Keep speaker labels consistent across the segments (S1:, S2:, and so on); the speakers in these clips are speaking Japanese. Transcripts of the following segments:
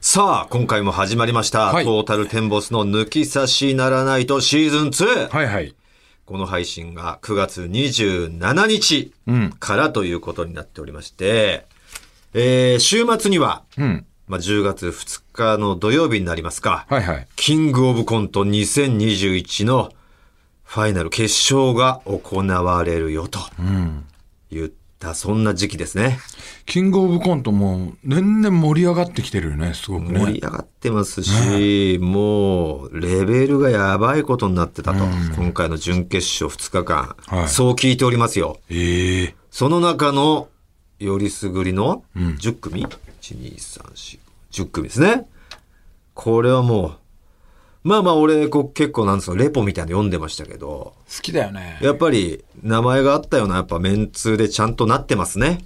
S1: さあ、今回も始まりました。
S2: はい
S1: トータルテンボスの抜き差しならないとシーズン 2!
S2: はいはい。
S1: この配信が9月27日からということになっておりまして、えー週末には、
S2: うん。
S1: まあ、10月2日の土曜日になりますか、
S2: はいはい。
S1: キングオブコント2021のファイナル決勝が行われるよと言った、そんな時期ですね。
S2: キングオブコントも年々盛り上がってきてるよね、すごく
S1: 盛り
S2: ね。
S1: 上がってますし、もうレベルがやばいことになってたと、今回の準決勝2日間、
S2: はい
S1: そう聞いておりますよ。
S2: ええ
S1: その中のよりすぐりの10組、?1,2,3,4,10 組ですね。これはもう、まあまあ俺こう結構なんですか、レポみたいなの読んでましたけど、
S2: 好きだよね。
S1: やっぱり名前があったようなやっぱメンツでちゃんとなってますね。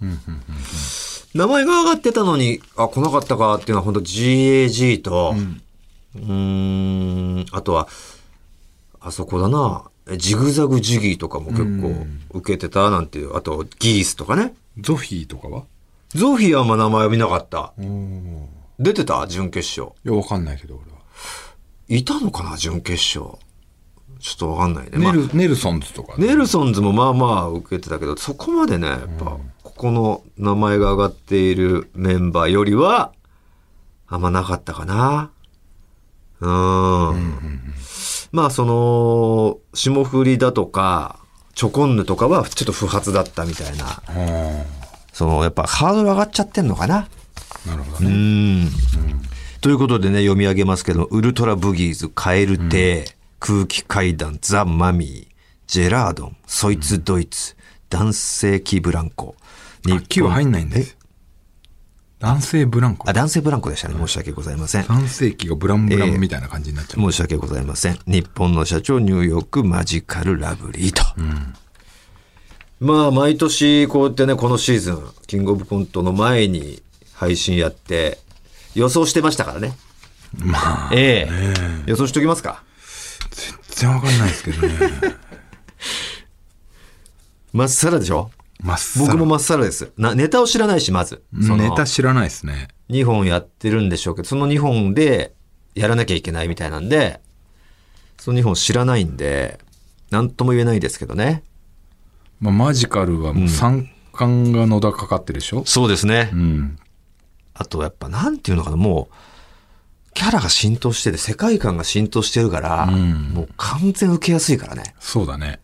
S1: 名前が上がってたのに、あ、来なかったかっていうのは本当 GAG と、うーん、あとは、あそこだな、ジグザグジギーとかも結構受けてたなんていう、あとギースとかね。
S2: ゾフィーとかは
S1: ゾフィーはあんま名前を見なかった。
S2: うん。
S1: 出てた準決勝。
S2: いや、わかんないけど、俺は。
S1: いたのかな準決勝。ちょっとわかんないね。まあ
S2: ネル、ネルソンズとかね、
S1: ネルソンズもまあまあ受けてたけど、そこまでね、やっぱ、ここの名前が上がっているメンバーよりは、あんまなかったかな。うん。まあ、その、霜降りだとか、チョコンヌとかはちょっと不発だったみたいな。
S2: うん。
S1: その、やっぱハードル上がっちゃってんのかな。
S2: なるほど
S1: う
S2: ね。
S1: んということでね、読み上げますけども、ウルトラブギーズ、カエルテ、空気階段、ザ・マミー、ジェラードン、そいつドイツ、男性キブランコ。
S2: あ、キは入んないんです。男性ブランコ
S1: あ、。男性ブランコでしたね。申し訳ございません。
S2: 男性器がブランブランみたいな感じになっちゃう。
S1: 申し訳ございません。日本の社長、ニューヨーク、マジカル、ラブリーと。まあ、毎年、こうやってね、このシーズン、キングオブコントの前に配信やって、予想してましたからね。
S2: まあ、
S1: ええ予想しておきますか。
S2: 全然わかんないですけどね。
S1: まっさらでしょ
S2: まっさら
S1: 僕もまっさらです。な、ネタを知らないし、まず。その
S2: ネタ知らないですね。
S1: 2本やってるんでしょうけど、その2本でやらなきゃいけないみたいなんで、その2本知らないんで、なんとも言えないですけどね。
S2: まあ、マジカルはもう三冠が野田かかってるでしょ、
S1: そうですね
S2: う。ん。
S1: あと、やっぱ、なんていうのかな、もう、キャラが浸透してて、世界観が浸透してるから、
S2: ん
S1: もう完全受けやすいからね。
S2: そうだね。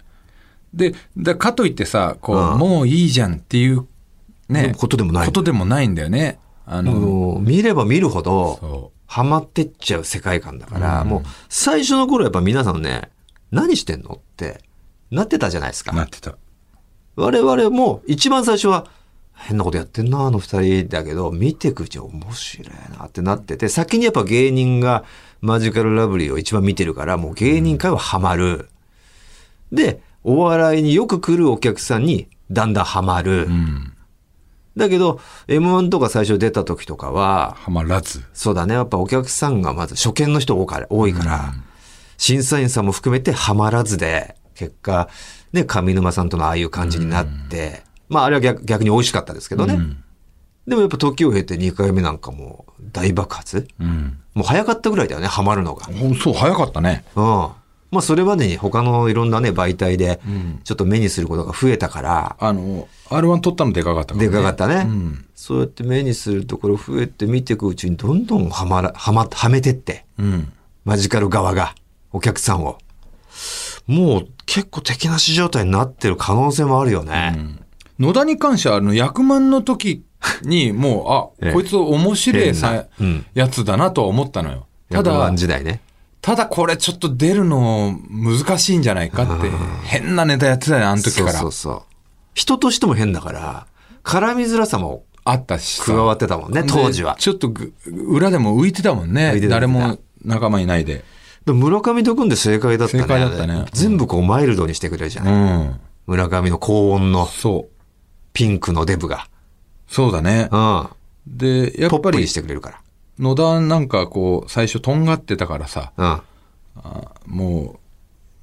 S2: で、だかといってさ、こう、
S1: うん
S2: もういいじゃんっていう、ね、
S1: ことでもない。
S2: ことでもないんだよね。あの、
S1: もう見れば見るほど、
S2: そ
S1: ハマってっちゃう世界観だから、
S2: うん
S1: もう最初の頃やっぱ皆さんね、何してんのってなってたじゃないです
S2: う、な
S1: か。
S2: ってた。
S1: 我々も一番最初は、変なことやってんな、あの二人だけど、見てくうちは面白いなってなってて、先にやっぱ芸人がマジカルラブリーを一番見てるから、もう芸人界はハマる。で、お笑いによく来るお客さんにだんだんハマる。
S2: うん。
S1: だけど、M1 とか最初出た時とかは、
S2: はまらず。
S1: そうだね。やっぱお客さんがまず初見の人多いから、多いから審査員さんも含めてハマらずで、結果、ね、上沼さんとのああいう感じになって、まああれは逆逆に美味しかったですけどね。
S2: うん。
S1: でもやっぱ時を経て2回目なんかもう大爆発
S2: うん。
S1: もう早かったぐらいだよね、ハマるのが。うん。
S2: ほそう、早かったね。
S1: まあそれまでに他のいろんなね、媒体で、ちょっと目にすることが増えたから、
S2: あの、R1 取ったのでかかったから、
S1: で
S2: ね。
S1: かかったね。
S2: うん。
S1: そうやって目にするところ増えて見ていくうちにどんどんはまら、はま、はめてって。
S2: うん。
S1: マジカル側が、お客さんを。もう結構敵なし状態になってる可能性もあるよね。
S2: 野田に関しては、あの、役満の時 に、もう、
S1: ええ
S2: あ、こいつ面白いさ、
S1: 変なうん
S2: やつだなとは思ったのよ。た
S1: ただ、
S2: だ、
S1: 時代ね。
S2: ただこれちょっと出るの難しいんじゃないかって、変なネタやってたよ、あの時から。
S1: そうそうそう。人としても変だから、絡みづらさも
S2: あったしさ。
S1: 加わってたもんね、
S2: で
S1: 当時は。
S2: ちょっとぐ裏でも浮いてたもん
S1: 浮い
S2: ね。
S1: てた
S2: 誰も仲間いないで。
S1: でも村上と組んで正解だったね。
S2: 正解だったね
S1: あれ全部こうマイルドにしてくれるじゃ
S2: う
S1: ない。
S2: ん。
S1: 村上の高音の
S2: そう。
S1: ピンクのデブが。
S2: そうだね
S1: う。ん。
S2: で、や
S1: ポ
S2: っ
S1: ッ
S2: ぱ
S1: プに
S2: り
S1: し、てくれるか
S2: 野田なんかこう、最初とんがってたからさ、
S1: ら。うん。
S2: あも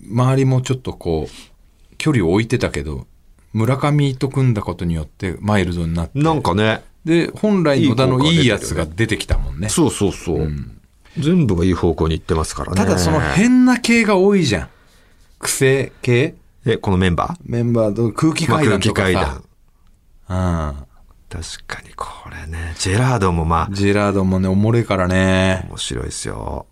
S2: う、周りもちょっとこう、距離を置いてたけど、村上と組んだことによってマイルドになって、
S1: なんかね、
S2: で、本来野田のいいやつが出てきたもんね。
S1: そうそうそう、全部がいい方向に行ってますからね。
S2: ただその変な系が多いじゃん。癖系
S1: え、このメンバー
S2: メンバーと空気階段とか
S1: まあ空気階
S2: さ
S1: 段。
S2: うん。
S1: 確かにこれね、ジェラードもまあ、
S2: ジェラードもね、おもれえからね。
S1: 面白いですよ。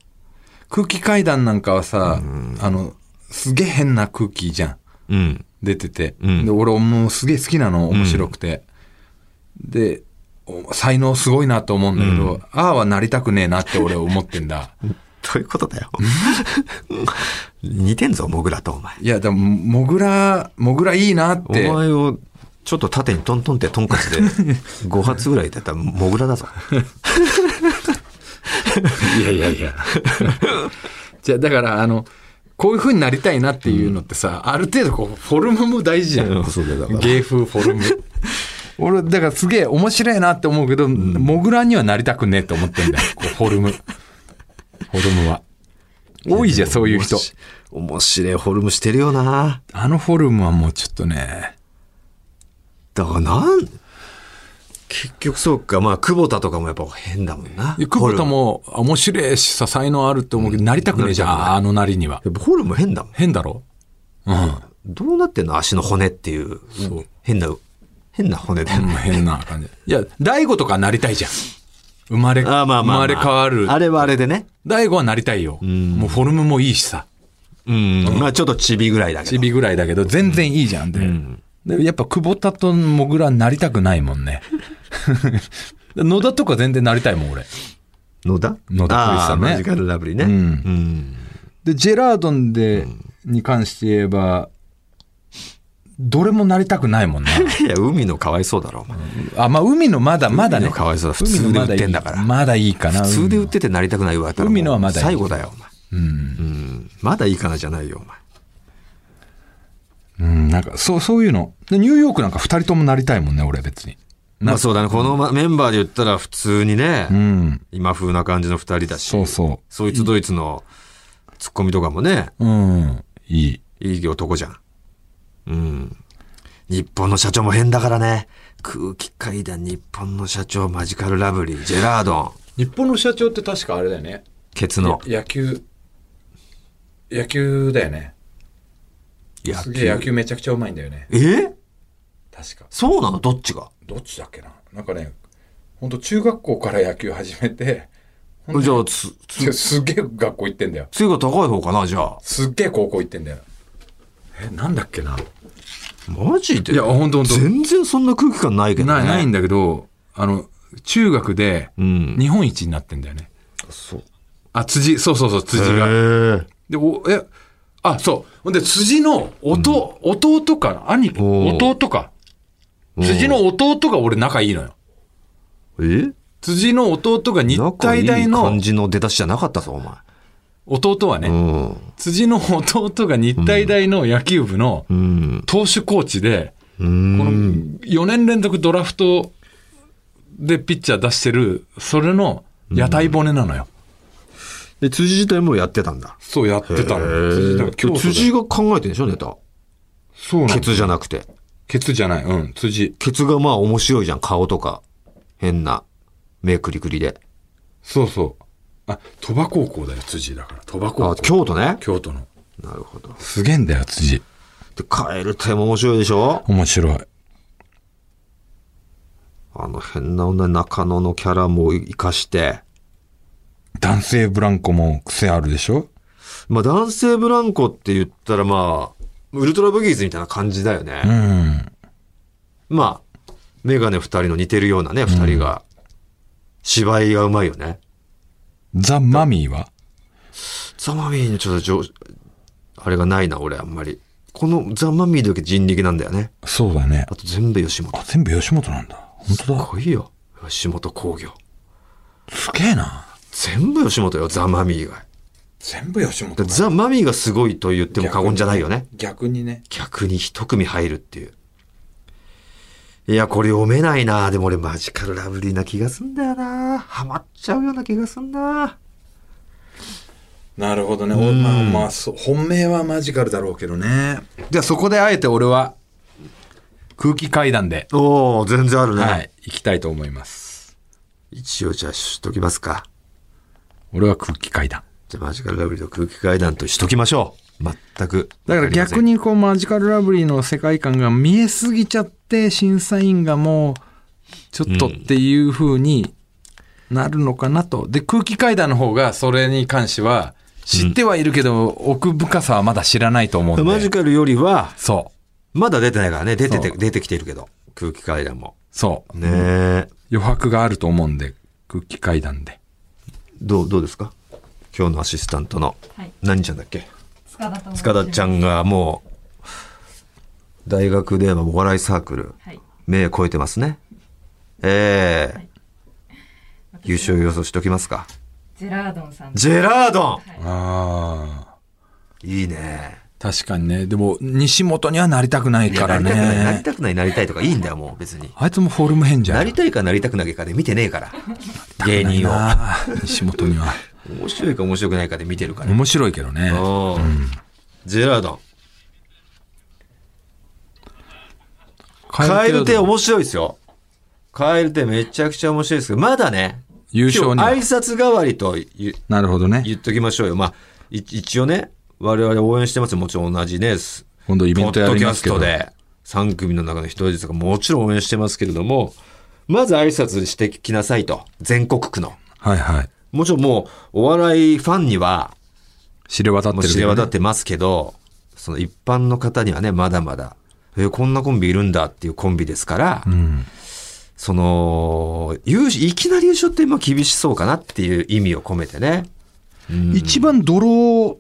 S2: 空気階段なんかはさ、あの、すげえ変な空気じゃん。
S1: うん。
S2: 出てて。
S1: ん
S2: で、俺もうすげえ好きなの、面白くて。で、お才能すごいなと思うんだけど、ああはなりたくねえなって俺は思ってんだ。
S1: どういうことだよ。似てんぞ、モグラとお前。
S2: いや、でも、モグラ、モグラいいなっ
S1: お
S2: て。
S1: 前を、ちょっと縦にトントンってトンカツで、5発ぐ らいだったら、モグラだぞ。
S2: いやいやいや。 じゃあ、だから、あの、こういう風になりたいなっていうのってさ、ある程度こう、フォルムも大事じゃん。
S1: そうだよだから
S2: 芸風、フォルム。 俺、だからすげえ面白いなって思うけど、モグラにはなりたくねえって思って んだよ。こう、フォルム。フォルムは。多いじゃん、そういう人
S1: 面。白面白いフォルムしてるよな。
S2: あのフォルムはもうちょっとね、
S1: だからなん、結局そうか、まあ、久保田とかもやっぱ変だもんな。
S2: いや久保田も面白いしさ、才能あるって思うけど、なりたくねえじゃん、あのなりには
S1: フォ。ルム。やっぱフォルム変だもん。
S2: 変だろうん。
S1: どうなってんの足の骨っていう。変な、変な骨だよ
S2: うん
S1: ね。
S2: 変な感じ。いや、大悟とかなりたいじゃん。生まれ、
S1: あーまあまあまあ
S2: 生まれ変わる。
S1: あれはあれでね。
S2: 大悟はなりたいよ。もうフォルムもいいしさ。
S1: うん。まあちょっとチビぐらいだけ
S2: チ
S1: ど。
S2: ビぐらいだけど、全然いいじゃんで。でやっぱ久保田とモグラはなりたくないもんね。 野田とか全然なりたいもん、俺。
S1: 野田
S2: 野田クリスさんね
S1: あーマジカルラブリーね。
S2: うん
S1: ん
S2: で、ジェラードンで、に関して言えば、どれもなりたくないも んね。
S1: いや、海のかわいそうだろ、お前。
S2: あ、まあ、海のまだ、まだね。
S1: 海のかわいそうだ普通で売ってんだから
S2: 海のまだいいまだいいかな。
S1: 普通で売っててなりたくないわ。だったらもう
S2: 海のはまだいい
S1: 最後だよ、お前。
S2: うん。
S1: うん。まだいいかなじゃないよ、お前。
S2: うん、なんか、そう、そういうの。でニューヨークなんか二人ともなりたいもんね、俺別に。
S1: まあそうだね。このまメンバーで言ったら普通にね、
S2: うん。
S1: 今風な感じの二人だし。
S2: そうそ
S1: そいつドイツのツッコミとかもね、
S2: う。うん。いい。
S1: いい男じゃん。うん。日本の社長も変だからね。空気階段、日本の社長、マジカルラブリー、ジェラードン、
S2: 日本の社長って確かあれだよね。
S1: ケツの。
S2: 野球、野球だよね。
S1: 野球
S2: 球めちゃくちゃうまいんだよね。
S1: え
S2: 確か。
S1: そうなのどっちが
S2: どっちだっけな。なんかね、ほんと中学校から野球始めて、
S1: じゃあ、つ、つ、
S2: すげえ学校行ってんだよ。
S1: つゆが高い方かなじゃあ。
S2: すっげえ高校行ってんだよ。え、なんだっけな。
S1: マジで
S2: いや、ほんとほんと。
S1: 全然そんな空気感ないけど
S2: な
S1: ね。
S2: い、ないん
S1: だ。
S2: だけど、あの、中学で、
S1: うん。
S2: 日本一になってんだよね。
S1: そう。
S2: あ、辻、そうそうそう、辻が。
S1: へ
S2: で、お、え、あ、そう。ほんで、辻の弟、弟かな兄貴、
S1: おー
S2: 弟か。辻の弟が俺仲いいのよ。
S1: え。
S2: 辻の弟が日
S1: 仲い
S2: 体
S1: い
S2: 大の
S1: 感、じの出だしじゃなかったぞ、お前。
S2: 弟はね、
S1: うん。
S2: 辻の弟が日体大の野球部の
S1: うん。
S2: 投手コーチで、
S1: うん。
S2: この4年連続ドラフトでピッチャー出してる、それの屋台骨なのよ。
S1: で、辻自体もやってたんだ。
S2: そうやってたの。辻だから京都で
S1: 辻が考えてるんでしょ、ネタ。
S2: そうな
S1: ケ
S2: の。
S1: ツじゃなくて。
S2: ケツじゃない。うん、辻。
S1: ケツがまあ面白いじゃん、顔とか。変な、目くりくりで。
S2: そうそう。あ、鳥羽高校だよ、辻だから。鳥羽高
S1: あ、
S2: 校。
S1: 京都ね。
S2: 京都の。
S1: なるほど。
S2: すげえんだよ、辻。
S1: で、カエルっても面白いでしょ
S2: 面白い。
S1: あの変な女、中野のキャラも活かして。
S2: 男性ブランコも癖あるでしょ
S1: まあ男性ブランコって言ったらまあ、ウルトラブギーズみたいな感じだよね。
S2: うん。
S1: まあ、メガネ二人の似てるようなね、二人が。芝居がうまいよね。
S2: ザ・マミーは
S1: ザ・マミーにちょっと上、あれがないな、俺、あんまり。このザ・マミーだけ人力なんだよね。
S2: そうだね
S1: あ。と全部吉本。
S2: あ、全部吉本なんだ。本当だ。
S1: 濃いよ。吉本興業。
S2: すげえな。
S1: 全部吉本よ、ザ・マミー以外。
S2: 全部吉
S1: で
S2: 本
S1: ザ・マミーがすごいと言っても過言じゃないよね。
S2: 逆にね。
S1: 逆に一組入るっていう。いや、これ読めないな。でも俺マジカルラブリーな気がすんだよな。ハマっちゃうような気がすんな。
S2: なるほどね。おまあまあそう、本命はマジカルだろうけどね。じゃあそこであえて俺は、空気階段で、
S1: おお全然あるね。
S2: はい、行きたいと思います。
S1: 一応じゃあしときますか。
S2: 俺は空気階段。
S1: じゃあマジカルラブリーと空気階段としときましょう。全く。
S2: だから逆。にこうマジカルラブリーの世界観が見えすぎちゃって審査員がもうちょっとっていう風になるのかなと。で空気階段の方がそれに関しては知ってはいるけど、奥深さはまだ知らないと思うんで。
S1: マジカルよりは、
S2: そう。
S1: まだ出てないからね。出てて、
S2: そう
S1: 出てきてるけど。空気階段も。
S2: そう。
S1: ねえ。
S2: 余白があると思うんで、空気階段で。
S1: どう、どうですか今日のアシスタントの、
S3: はい
S1: 何ちゃんだっけ
S3: 塚田と申し
S1: 塚
S3: ます
S1: 田ちゃんがもう、大学ではお笑いサークル、
S3: はい
S1: 目超えてますね。ええ
S3: はい
S1: 優勝予想しときますか。
S3: ジェラードンさん
S1: ジェラード
S3: はい
S2: ああ。
S1: ンいいね。
S2: 確かにね。でも、西本にはなりたくない
S1: いや
S2: か
S1: な
S2: ら
S1: りたくない、なり
S2: ね。
S1: たくない、なりたいとかいいんだよ、もう別に。
S2: あいつもフォルム変じゃ
S1: なんり。たいかなりたくないかで見てねえから。 芸人を。
S2: なあ西本には。
S1: 面白いか面白くないかで見てるから。
S2: 面白いけどね。
S1: うんジェラードン。カエル
S2: 手
S1: 亭面白いですよ。カエル亭めちゃくちゃ面白いですけど、まだね、
S2: 優勝には
S1: 今日挨拶代わりと言
S2: なるほどね。
S1: 言っときましょうよ。まあ、い一応ね、我々応援してますよ。もちろん同じね、す
S2: 今度イベントやりますけど
S1: ポッドキャストで、3組の中の一人ずつがもちろん応援してますけれども、まず挨拶してきなさいと。全国区の。
S2: はいはい。
S1: もちろんもう、お笑いファンには、
S2: 知れ渡って
S1: もう
S2: るけどね
S1: 知れ渡ってますけど、その一般の方にはね、まだまだ、えこんなコンビいるんだっていうコンビですから、
S2: うん。
S1: その、優勝いきなり優勝って今厳しそうかなっていう意味を込めてね。
S2: 一番泥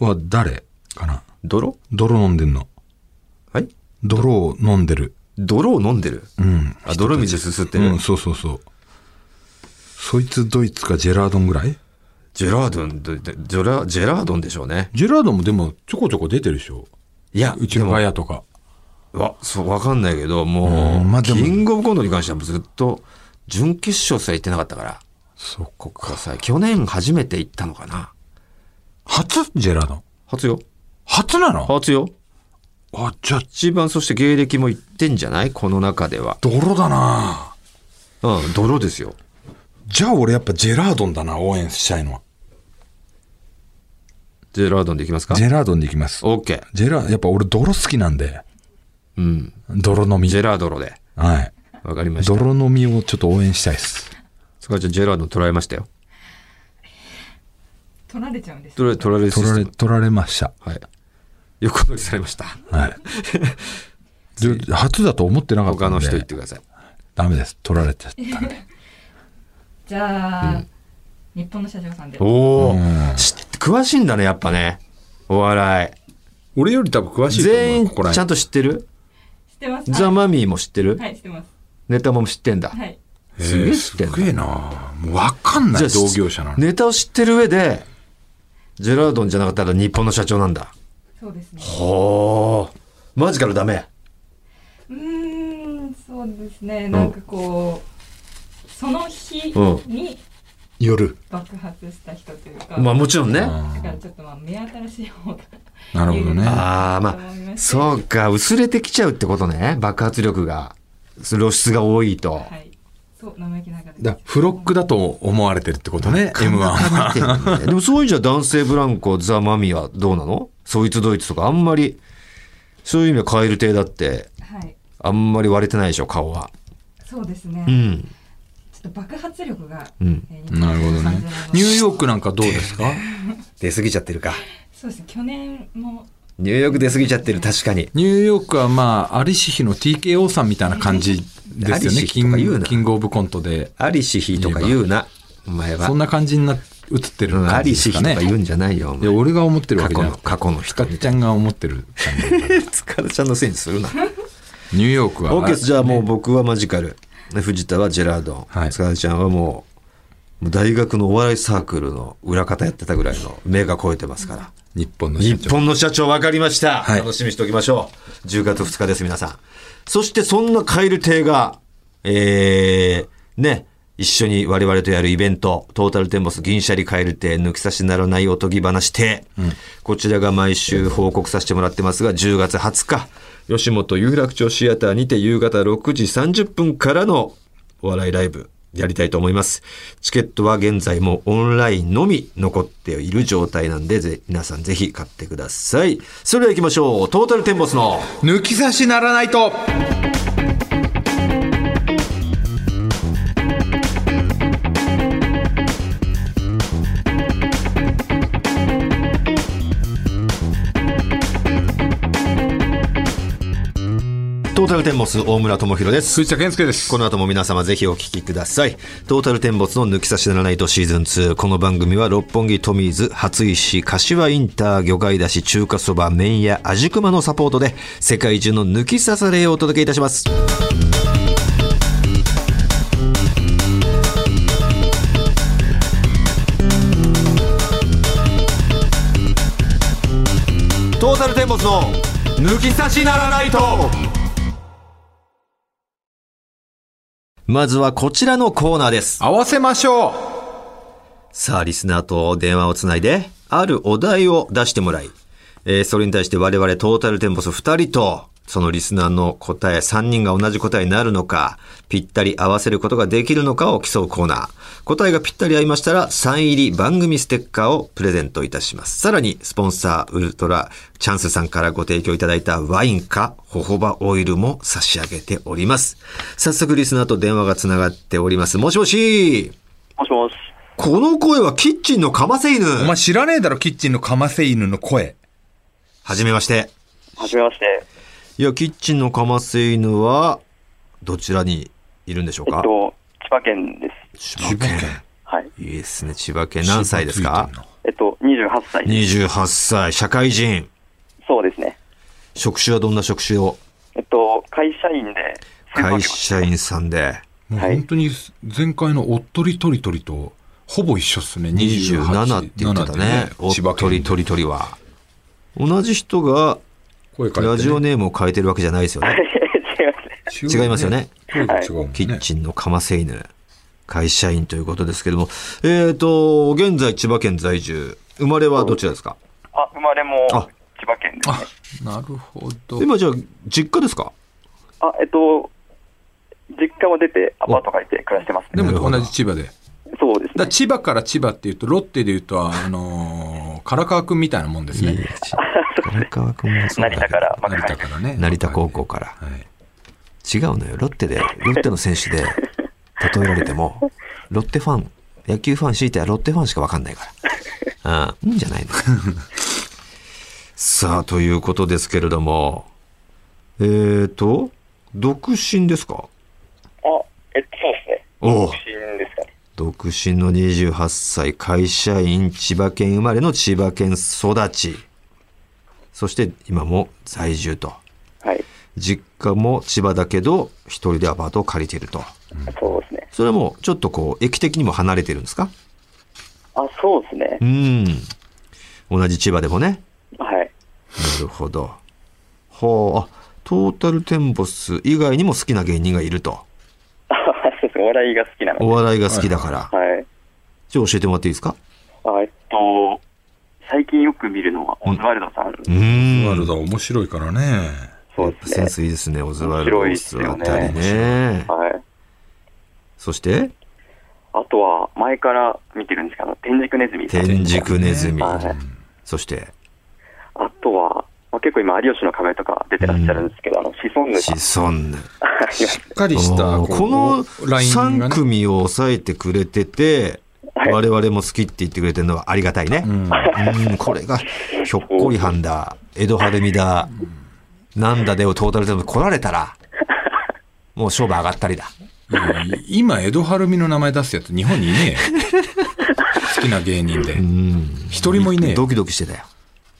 S2: は誰かな
S1: 泥
S2: 泥飲んでんの。
S1: はい
S2: 泥を飲んでる。
S1: 泥を飲んでる。
S2: うん。
S1: あ、泥水すすって
S2: う
S1: る。
S2: ん、そうそうそう。そいつドイツかジェラードンぐらい
S1: ジェラードン、どどジェラ、ジェラードンでしょうね。
S2: ジェラードンもでもちょこちょこ出てるでしょ
S1: いや、
S2: うちのガヤとか。
S1: でもわ、そう、わかんないけど、もう、
S2: うんまあでも
S1: キングオブコントに関してはもうずっと、準決勝すら行ってなかったから、
S2: そっ
S1: ここさ、去年初めて行ったのかな。
S2: 初ジェラードン。
S1: 初よ。
S2: 初なの
S1: 初よ。
S2: あ、じゃあ、
S1: 一番そして芸歴も行ってんじゃないこの中では。
S2: 泥だな
S1: うん、泥ですよ。
S2: じゃあ俺やっぱジェラードンだな、応援したいのは。
S1: ジェラードンでいきますか
S2: ジェラードンでいきます。
S1: オッケー。
S2: ジェラやっぱ俺泥好きなんで、
S1: うん。
S2: 泥飲み
S1: ジ。ェラードロで。
S2: はい。
S1: わかりました。
S2: 泥飲みをちょっと応援したいです。
S1: スカちゃん、ジェラードン取られましたよ。
S3: 取られちゃうんです
S1: 取られ、取られシ
S2: 取
S1: ス
S2: ら
S1: テ
S2: れ、
S1: ム。
S2: 取られました。
S1: はい。横取りされました。
S2: はい。で初だと思ってなかったんで。
S1: 他の人言ってください。
S2: ダメです。取られちゃったんで。
S3: じゃあ、日本の社長さんで
S1: おお
S2: うん、
S1: 知って詳しいんだね、やっぱね。お笑
S2: 俺より多分詳
S1: い。全員
S2: ここら
S1: ちゃんと知ってる
S3: 知ってます
S1: ザ・マミィも知ってる、
S3: はい知ってます
S1: ネタも知ってんだ。
S3: はい
S1: すげえ知ってんだ。
S2: えなもうわかんない同業者なのに。
S1: ネタを知ってる上で、ジェラードンじゃなかったら日本の社長なんだ。
S3: そうですね
S1: ほー。マジからダメ。
S3: うーんそうですねなんかこう、その日
S1: う
S3: に
S1: 夜。
S3: 爆発した人というか、
S1: まあもちろんね。
S2: うん
S3: だからちょっとまあ目新しい方が
S2: なるほどね。
S1: ああ、ま
S3: と思いま
S1: あ、
S3: して
S1: そうか、薄れてきちゃうってことね。爆発力が。露出が多いと。
S3: はいそう生意気ながら
S2: だフロックだと思われてるってことね、M1 は。
S1: でもそういうじゃ男性ブランコ、ザ・マミはどうなのそいつドイツとかあんまり、そういう意味はカエル亭だって、
S3: はい
S1: あんまり割れてないでしょ、顔は。
S3: そうですね、
S1: う
S3: ちょ
S1: ん。
S3: っと爆発力が、
S1: うん
S3: えー
S2: なるほどね。ニューヨークなんかどうですか
S1: 出過ぎちゃってるか。
S3: そうですね去年も
S1: ニューヨーク出過ぎちゃってる、確かに。
S2: ニューヨークはまあ、アリシヒの TKO さんみたいな感じです
S1: ア
S2: よ
S1: リ
S2: ね。
S1: シ
S2: キ
S1: ヒとか言う
S2: ン
S1: な
S2: キングオブコントで。
S1: アリシヒとか言うな、お前は。
S2: そんな感じにな映ってる
S1: うんア
S2: 感
S1: リ
S2: じで
S1: シ
S2: す
S1: ヒ
S2: か
S1: とか
S2: ね。
S1: 言うんじゃないよ、お
S2: いや
S1: 前。
S2: 俺が思ってるわ
S1: 過
S2: けじゃ
S1: 去
S2: な
S1: の、
S2: く
S1: 過去の
S2: ヒカ
S1: 人
S2: ルちゃんが思ってる感じ。
S1: 塚田ちゃんのせいにするな。
S2: ニューヨークは。
S1: オーケーですじゃあもう僕はマジカル。で藤田はジェラードン。
S2: はい
S1: 塚田ちゃんはもう、もう大学のお笑いサークルの裏方やってたぐらいの目が超えてますから。
S2: 日本の社
S1: 日
S2: 長。
S1: 本の社長分かりました。
S2: はい
S1: 楽しみにしておきましょう。10月2日です、皆さん。そしてそんなカエル亭が、えー、ね、一緒に我々とやるイベント、トータルテンボス銀シャリカエル亭抜き差しならないおとぎ話亭、こちらが毎週報告させてもらってますが、10月20日、吉本有楽町シアターにて夕方6時30分からのお笑いライブやりたいと思います。チケットは現在もオンラインのみ残っている状態なんで、ぜ皆さんぜひ買ってください。それでは行きましょう。トータルテンボスの
S2: 抜き差しならないと
S1: トータルテンボス大村智弘です。
S2: 鈴木健介です
S1: この後も皆様ぜひお聞きください。トータルテンボスの抜き差しならないとシーズン2。この番組は六本木トミーズ、初石、柏インター、魚介だし、中華そば、麺屋、味熊のサポートで、世界中の抜き差されをお届けいたします。トータルテンボスの抜き差しならないとまずはこちらのコーナーです。
S2: 合わせましょ
S1: さあ、リスナーと電話をつないで、あるお題を出してもらい、えーそれに対して我々トータルテンボス2人と、そのリスナーの答え3人が同じ答えになるのか、ぴったり合わせることができるのかを競うコーナー。答えがぴったり合いましたら、サイン入り番組ステッカーをプレゼントいたします。さらに、スポンサーウルトラチャンスさんからご提供いただいたワインか、ホホバオイルも差し上げております。早速リスナーと電話がつながっております。もしもし
S4: もしもし。
S1: この声はキッチンのかませ犬。
S2: うお前知らねえだろキッチンのかませ犬の声
S1: はじめまして。
S4: はじめまして。
S1: いや、キッチンのかませ犬は、どちらにいるんでしょう
S4: えっ
S1: か
S4: と、千葉県です。
S1: 千葉県。
S4: はい。
S1: いいですね。千葉県。何歳ですか
S4: えっと、28歳です。
S1: ?28 歳。社会人。
S4: そうですね。
S1: 職種はどんな職種を
S4: えっと、会社員で、
S1: 会社員さんで。
S2: もう
S4: はい
S2: 本当に前回のおっとりとりとりとほぼ一緒っすね。28
S1: 27って言ってたね。おっ
S2: 千葉
S1: とり
S2: 県
S1: とりとりは。同じ人が、
S2: 声変えてね
S1: ラジオネームを変えてるわけじゃないですよね。
S4: 違いますね。
S1: 違いますよね。
S2: 声が違うもんね。
S1: キッチンのかませ犬、会社員ということですけども、えっ、と、現在千葉県在住、生まれはどちらですか
S4: あ、生まれも
S1: あ
S4: 千葉県ですね。
S2: なるほど。
S1: 今じゃあ、実家ですか
S4: あ、えっと、実家を出てアパート借りて暮らしてます
S2: で
S4: ね。
S2: も同じ千葉で。だか
S4: そうです
S2: ら
S4: ね。
S2: 千葉から千葉っていうと、ロッテでいうと、あのー、唐川くんみたいなもんですね。
S1: 荒川君もそう
S4: 成田から、まあ、
S2: 成
S4: はい
S2: 田からね。
S1: 成田高校から。
S2: はい。
S1: 違うのよ。ロッテで、ロッテの選手で例えられても、ロッテファン、野球ファン強いてはロッテファンしかわかんないから。うん、いいんじゃないのさあ、ということですけれども、えっ、と、独身ですか
S4: あ、えっと、そうですね。
S1: おう
S4: 独身ですかね。
S1: 独身の28歳、会社員、千葉県生まれの千葉県育ち。そして今も在住と。
S4: はい。
S1: 実家も千葉だけど、一人でアパートを借りてると。
S4: そうですね。
S1: それはもうちょっとこう、駅的にも離れてるんですか
S4: あ、そうですね
S1: う。ん。同じ千葉でもね。
S4: はい。
S1: な るほど。はあ、あトータルテンボス以外にも好きな芸人がいると。
S4: あそうですね。お笑いが好きなので。
S1: お笑いが好きだから。
S4: はい。
S1: じゃあ教えてもらっていいですか
S4: あ、えっと、最近よく見るのは、オズワルドさん。
S1: う
S2: ワ
S1: ん
S2: ル。ドは面白いからね。
S4: そうです
S1: セ
S4: ね
S1: ン。スいいですね、オズワ
S4: 面
S1: ルド
S4: 白い
S1: オ
S4: で
S1: ス
S4: す
S1: あ
S4: よね
S1: たりね。
S4: はい。
S1: そして、
S4: あとは、前から見てるんですけど、あの天竺ネズミ。
S1: 天竺ネズミ。
S4: はい。
S1: そして、
S4: あとは、まあ、結構今、有吉の壁とか出てらっしゃるんですけど、あの、シソンヌさん
S1: シ。ソンヌ。
S2: しっかりした、
S1: おーこの
S2: ラインが
S1: 3
S2: ね。
S1: 組を抑えてくれてて、
S4: はい
S1: 我々も好きって言ってくれてるのはありがたいね。
S2: うん
S1: うん、これが、ひょっこりはんだ、江戸晴美だ、なんだでをトータルでも来られたら、もう勝負上がったりだ。
S2: いや今、江戸晴美の名前出すやつ、日本にい ねえよ。好きな芸人で
S1: う。ん。
S2: 一人もいねえよ
S1: ド。キドキしてたよ。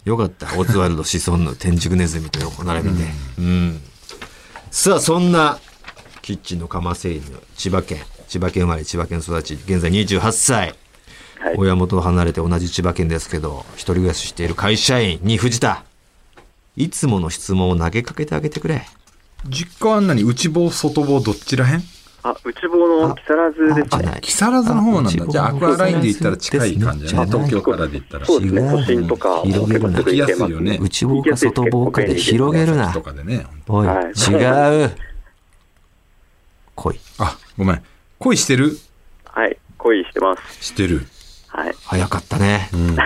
S1: よかった。オズワルド、シソンヌ、天竺ネズミと横並びで。うん。さあ、そんな、キッチンのかませ犬、千葉県、千葉県生まれ、千葉県育ち、現在28歳。
S4: はい
S1: 親元を離れて同じ千葉県ですけど、一人暮らししている会社員に藤田。いつもの質問を投げかけてあげてくれ。
S2: 実家は何内房、外房、どっちらへん
S4: ああ、内房の木更津です
S1: あ
S4: ね。
S1: ない
S2: 木更津の方なんだ。じゃあ、アクアラインで言ったら近い感じだね。
S1: ですね
S2: 東京からで言ったら。
S4: そうですね、
S1: 違う
S4: 都心とか、
S1: 広げるな
S4: 結構
S2: 行
S4: すぐ行けます
S2: きやすいよね
S1: 内房か外房かで広げるな
S2: と。かでね。
S1: おい、
S4: はい
S1: 違う。来い。
S2: あ、ごめん。恋してる
S4: はい、恋してます。
S2: してる。
S4: はい。
S1: 早かったね。
S2: うん。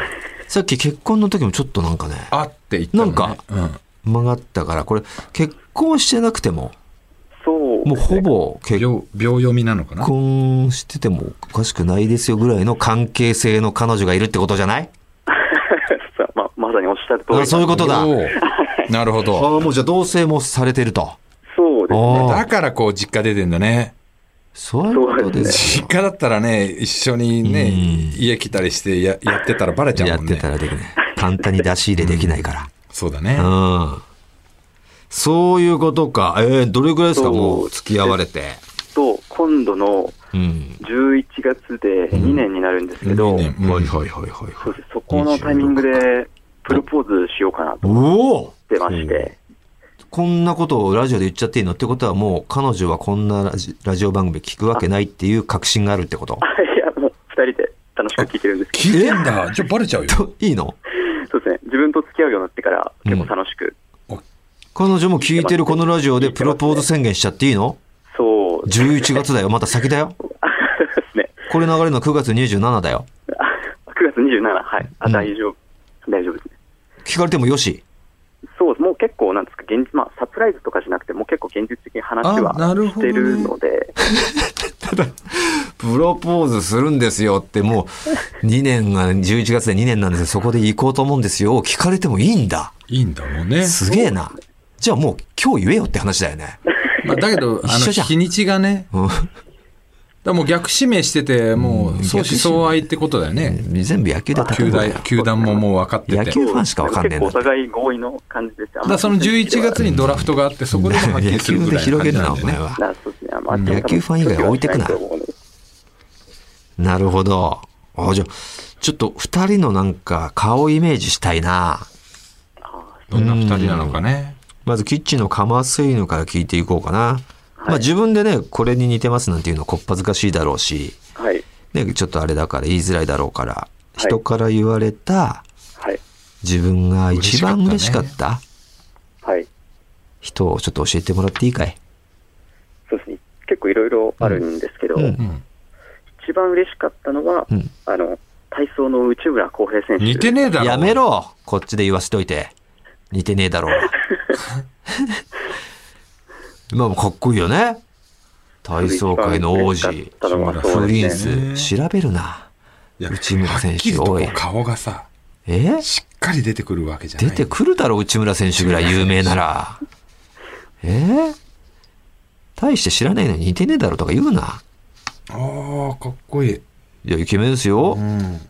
S1: さっき結婚の時もちょっとなんかね、
S2: あって言ったのね
S1: なんか
S2: うん。
S1: 曲がったから、これ結婚してなくても、
S4: そう、
S1: もうほ。ぼ結
S2: 秒秒読みなのかな
S1: 婚しててもおかしくないですよぐらいの関係性の彼女がいるってことじゃない
S4: さままさにおっしゃる通り
S1: あそういう
S4: こ
S1: ことだ。
S2: おー なるほ
S1: ああ
S2: ど。
S1: ー、もうじゃあ同棲もされてると。
S4: そうですね。
S1: あー
S2: だからこう実家出てんだね。
S1: そういうことです
S2: 実
S1: よ。
S2: 家だったらね、一緒にね、
S1: うん
S2: 家来たりしてややってたらバレちゃ
S1: や
S2: うも
S1: っ
S2: んね。
S1: てたらできない。簡単に出し入れでき ないか
S2: そうだね。
S1: ら。うん。そういうことか。えー、どれぐらいですか
S4: そう
S1: もう付き合われて。
S4: と、今度の
S1: うん。
S4: 11月で2年になるんですけど、
S2: いいねうん
S1: はいはいはいはい
S4: そうですそこのタイミングでプロポーズしようかなと思
S1: おお
S4: ってまして、
S1: こんなことをラジオで言っちゃっていいのってことはもう彼女はこんなラジラジオ番組聞くわけないっていう確信があるってこと
S4: いや、もう2人で楽しく聞いてるんですけ
S2: 聞いてんだ。じゃあバレちゃうよ。
S1: といいの
S4: ど、そうですね、自分と付き合うようになってから結構楽しく、
S1: 彼女も聞いてるこのラジオでプロポーズ宣言しちゃっていいの
S4: そうで
S1: ?11 月だよ。また先だよ。
S4: すね、
S1: これ流れるの9月27だよ。
S4: 9月27、はい、あ、
S1: うん
S4: 大丈夫、大丈夫ですね。
S1: 聞かれてもよし。
S4: そうですもう結構、なんですか、現実、まあ、サプライズとかじゃなくて、もう結構現実的に話は
S2: あなる
S4: し
S2: ほど
S4: て
S2: ね
S4: るので、
S1: プロポーズするんですよってもう2年が11月で2年なんですよ。そこで行こうと思うんですよ。聞かれてもいいんだ。
S2: いいんだもんね。
S1: すげえな。じゃあもう今日言えよって話だよね。
S2: まあ、だけど、あ
S1: 一緒
S2: の、
S1: じゃん
S2: 日にちがね、
S1: うん
S2: だからもう逆指名してて、も
S1: うん
S2: う相思相愛ってことだよね。
S1: 全部野球で例え
S2: 球
S1: ばよ
S2: 団、球団ももう分かってて。
S1: 野球ファンしかわかんねえ
S4: 結
S1: な
S4: 構お互い合意の感じでした。
S2: だからその11月にドラフトがあって、そこでもはっきり
S1: 野
S2: する
S1: 球
S2: ぐ
S1: で
S2: らいの
S1: 広
S2: 感
S1: げ
S2: じ
S1: るな、
S2: な
S1: お
S2: んだ
S1: 前
S2: よね。
S1: は。
S4: だそうですね、まあ
S1: 野球ファン以外置いてくななるほど。あ、じゃあ、ちょっと二人のなんか顔イメージしたいな。
S2: どんな二人なのかね。
S1: まずキッチンのカマスイヌから聞いていこうかな。まあ自分でね、これに似てますなんていうのこっぱずかしいだろうし、
S4: はい、
S1: ね、ちょっとあれだから言いづらいだろうから、
S4: い
S1: 人から言われた
S4: はい、
S1: 自分が一番嬉しかっ
S2: 嬉した
S4: はい。
S1: 人をちょっと教えてもらっていいかい
S4: そうですね、結構いろいろあるんですけど、
S1: うん
S2: うん
S4: 一番嬉しかったのは、
S1: うん
S4: あの、体操の内村航平選手。
S2: 似てねえだろ。
S1: やめろこっちで言わせといて。似てねえだろう が。まあかっこいいよね。体操界の王子。
S4: 一番嬉しかったのはそ
S1: プ
S4: う
S1: リン
S4: ですね。
S1: ス、調べるな。
S2: いや
S1: 内村選手
S2: はっきりとこ
S1: おいう
S2: 顔がさ、
S1: え
S2: しっかり出てくるわけじゃない。
S1: 出てくるだろ、内村選手ぐらい有名なら。え大して知らないのに似てねえだろとか言うな。
S2: ああ、かっこいい。
S1: いや、イケメンですよ。
S2: うん。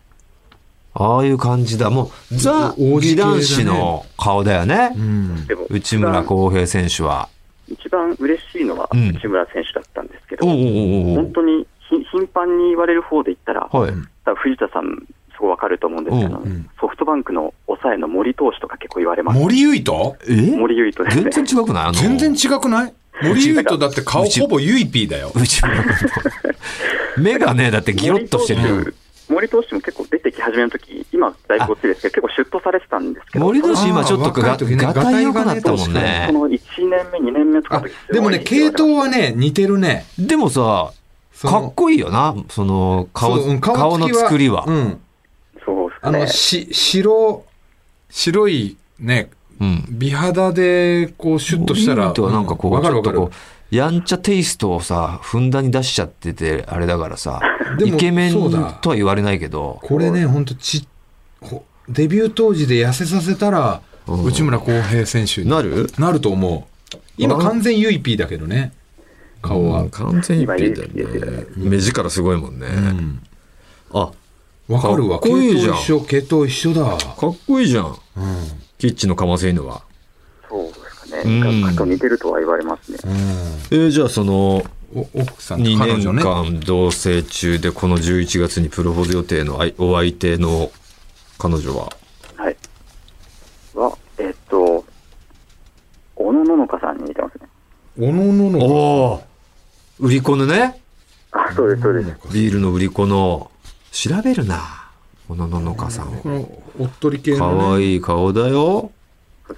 S1: ああいう感じだ。もう、ザ・
S2: 王子系
S1: 美
S2: だね
S1: 男子の顔だよね。
S2: うん。
S4: でも
S1: 内村航平選手は。
S4: 一番嬉しいのは
S1: うん
S4: 内村選手だったんですけど、
S1: おうおうおう
S4: 本当にひ頻繁に言われる方で言ったら、
S1: おうはい。
S4: 多分藤田さん、すごいわかると思うんですけど、
S1: うん
S2: うん
S4: ソフトバンクの抑えの森投手とか結構言われます。
S2: 森ゆいと
S1: え
S4: 森唯斗で
S1: 全
S4: すね。
S1: 然違くないあの
S2: 全然違くない森ゆいとだって顔ほぼゆいぴーだよ。
S1: 内村君と目がねだってギロッとしてるよ
S4: 森投手森投手も結構出てき始めの時、今だいぶ落ちですけど、結構シュッとされてたんですけど、
S1: 森
S4: そ
S1: 投
S4: の
S1: 手今ちょっと
S2: あ
S1: が
S2: ー若い時ね
S1: がたいよくなったもん
S2: がたい
S1: ね
S4: この1年目、2年目とか
S2: あ
S4: の時すごい
S2: でもね、系統はね、似てるね。
S1: でもさ
S2: その
S1: かっこいいよなその顔
S2: そううん
S1: 顔
S2: つ
S1: の
S2: き
S1: 作りは、
S2: う
S1: うん
S2: ん。
S4: そう
S2: あ
S4: で
S2: の、
S4: すね。
S2: し、白、白いね、美肌で、こう、シュッとした
S1: 森友
S2: ら。
S1: とはなんかこう、
S2: わ
S1: ち
S2: る
S1: ょ
S2: わ
S1: っと
S2: か
S1: こ
S2: る。
S1: うやんちゃテイストをさふんだんに出しちゃっててあれだからさ
S2: でも
S1: イケメン
S2: そう
S1: と
S2: だ
S1: は言われないけど
S2: これね、ほんとち、ほデビュー当時で痩せさせたら、
S1: うん
S2: 内村航平選手に
S1: なる
S2: なると思う。今、完全ユイピーだけどね、顔は。
S1: 完全
S4: 一品だよね
S1: 目力すごいもんね、
S2: うん。
S1: あ
S2: わかるわ。
S1: か
S2: 系
S1: っこいいじゃん
S2: 統一緒、系統一緒だ。
S1: かっこいいじゃん
S2: うん。
S1: キッチンのかませ犬は
S4: そうですか
S1: うん
S4: ね。なんか似てるとは言われますね。
S2: うん。
S1: えーじゃあその
S2: お奥さんと
S1: 2
S2: 彼
S1: 年
S2: 女ね。
S1: 間同棲中でこの11月にプロポーズ予定のあいお相手の彼女は
S4: はい。は、えっと、小野ののかさんに似てますね。
S2: おののの。
S1: おお売り子のね、
S4: あ、そうです、そうです。
S1: ビールの売り子の、調べるな。この野々花さんを。
S2: このおっとり系
S1: か
S2: の、
S1: わ
S2: ね、
S1: いい顔だよ。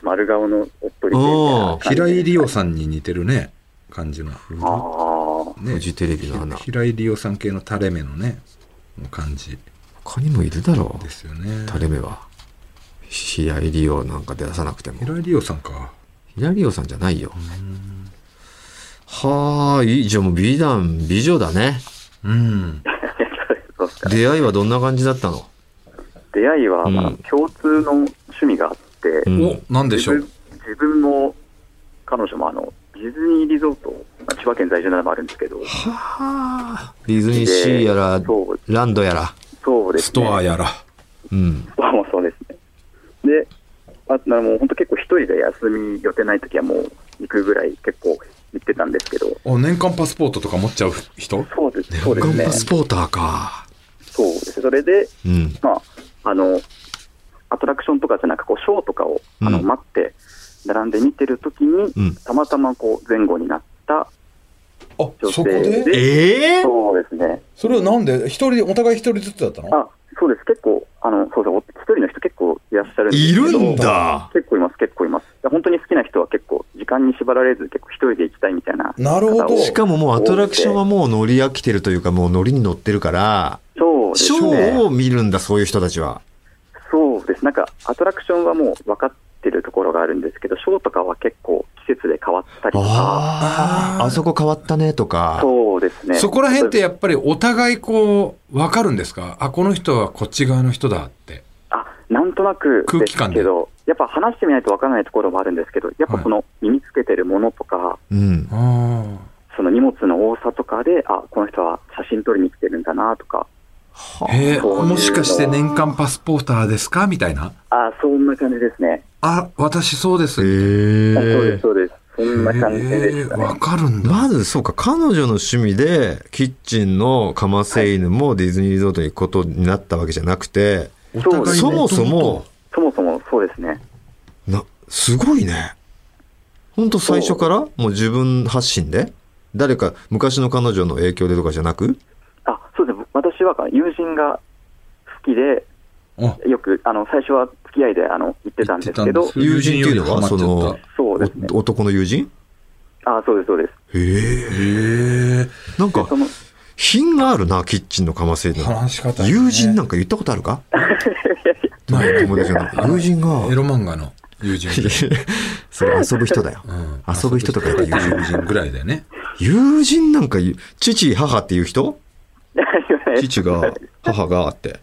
S4: 丸顔のおっとり系みたいな感じで
S2: 平井理央さんに似てるね感じの、
S4: ああ、
S1: フ
S2: ね、
S1: ジテレビの花。
S2: 平井理央さん系の垂れ目のねの感じ
S1: 他にもいるだろ
S2: で
S1: う。
S2: すよね
S1: 垂れ目は。平井理央なんか出さなくても。
S2: 平井理央さんか
S1: 平井理央さんじゃないよ。はーい。じゃあもう美男、美女だね。
S2: うん
S4: そうですか。
S1: 出会いはどんな感じだったの
S4: 出会いは、ま
S1: う
S4: あ
S1: ん、
S4: 共通の趣味があって、
S1: うん
S2: おなんでし
S4: 自
S2: ょ
S4: 分
S2: う
S4: 自分も彼女もあのディズニーリゾート、まあ千葉県在住なのもあるんですけど、
S1: はーディズニーシーやら、
S4: そう
S1: ランドやら。
S4: そうですね、
S2: ストアやら
S1: うん。
S4: ストアもそうですね。で、あなもう本当結構一人で休み予定ないときはもう行くぐらい結構行ってたんですけど、
S2: あ年間パスポートとか持っちゃう人
S4: そうですそう
S1: ガ
S4: で
S1: ン
S4: すね
S1: パ、スポーターか。
S4: そうですそれで、
S1: うん。
S4: まあ、あのアトラクションとかじゃなくこうショーとかをあの、
S1: うん
S4: 待って並んで見てるときに、
S1: うん
S4: たまたまこう前後になった
S2: あ
S4: 女
S2: そ
S4: 性
S2: こで
S4: で、
S1: ええ
S4: そうですね。
S2: それはなんで一人でお互い一人ずつだったの
S4: あそうです、結構、あのそうですお一人の人、結構いらっしゃるんです
S1: い
S4: けど
S1: るんだ。
S4: 結構います、結構います、本当に好きな人は結構、時間に縛られず、結構一人で行きたいみたいな、
S2: なるほど
S4: 方を
S1: しかももうアトラクションはもう乗り飽きてるというか、もう乗りに乗ってるから、
S4: そうで
S1: シ
S4: す
S1: ョー
S4: ね、
S1: を見るんだ、そういう人たちは。
S4: そうです、なんかアトラクションはもう分かってるところがあるんですけど、ショーとかは結構、季節で変わったりとか、
S1: あ
S2: あ
S1: あ、
S2: ー
S1: あそこ変わったねとか。
S4: そうですね、
S2: そこら辺ってやっぱりお互いこう分かるんですかあこの人はこっち側の人だって
S4: あなんとなく
S2: 空
S4: で
S2: 気
S4: す
S2: 感で
S4: けど、やっぱ話してみないと分からないところもあるんですけど、やっぱその身につけてるものとか、
S1: うん。
S2: あ
S4: その荷物の多さとかで、あこの人は写真撮りに来てるんだなとか。
S2: あえ
S4: そういう
S2: ー、
S4: の
S2: もしかして年間パスポーターですかみたいな
S4: あそんな感じですね。
S2: あ私そうです、
S4: あそうで
S1: え
S4: す、そうです。そんな感じで
S2: え
S4: した
S2: ー、
S4: ね。
S2: わかるんだ、
S1: まず、そうか、彼女の趣味で、キッチンのカマセイヌもディズニーリゾートに行くことになったわけじゃなくて、
S2: お
S4: そうです
S1: そもそも、
S4: そもそもそうですね。
S1: な、すごいね。ほんと最初からもう自分発信で誰か、昔の彼女の影響でとかじゃなく
S4: あそうですね。私は友人が好きで、
S2: あ
S4: よく、あの、最初は付き合いで、あの、行ってたんですけど
S2: 行っ、て友人よりハマっちゃ
S1: 友人
S2: った
S1: っていうのは
S4: そうですね。
S1: お男の友人
S4: あそうです、そうです。
S1: へえ。
S2: えー、
S1: なんか
S4: そ、の、品
S1: 品があるな、キッチンのカマセイヌ。
S2: 話し方、ね、
S1: 友人なんか言ったことあるか
S2: ない
S1: 友達が。友人が
S2: エ。ロ漫画の友人、
S1: それ遊ぶ人だよ。
S2: うん
S1: 遊ぶ人とか言う友人
S2: 友人ぐらいだよね
S1: 友人なんか言う、父、母っていう人
S4: 言わないです
S1: 父が、母があって。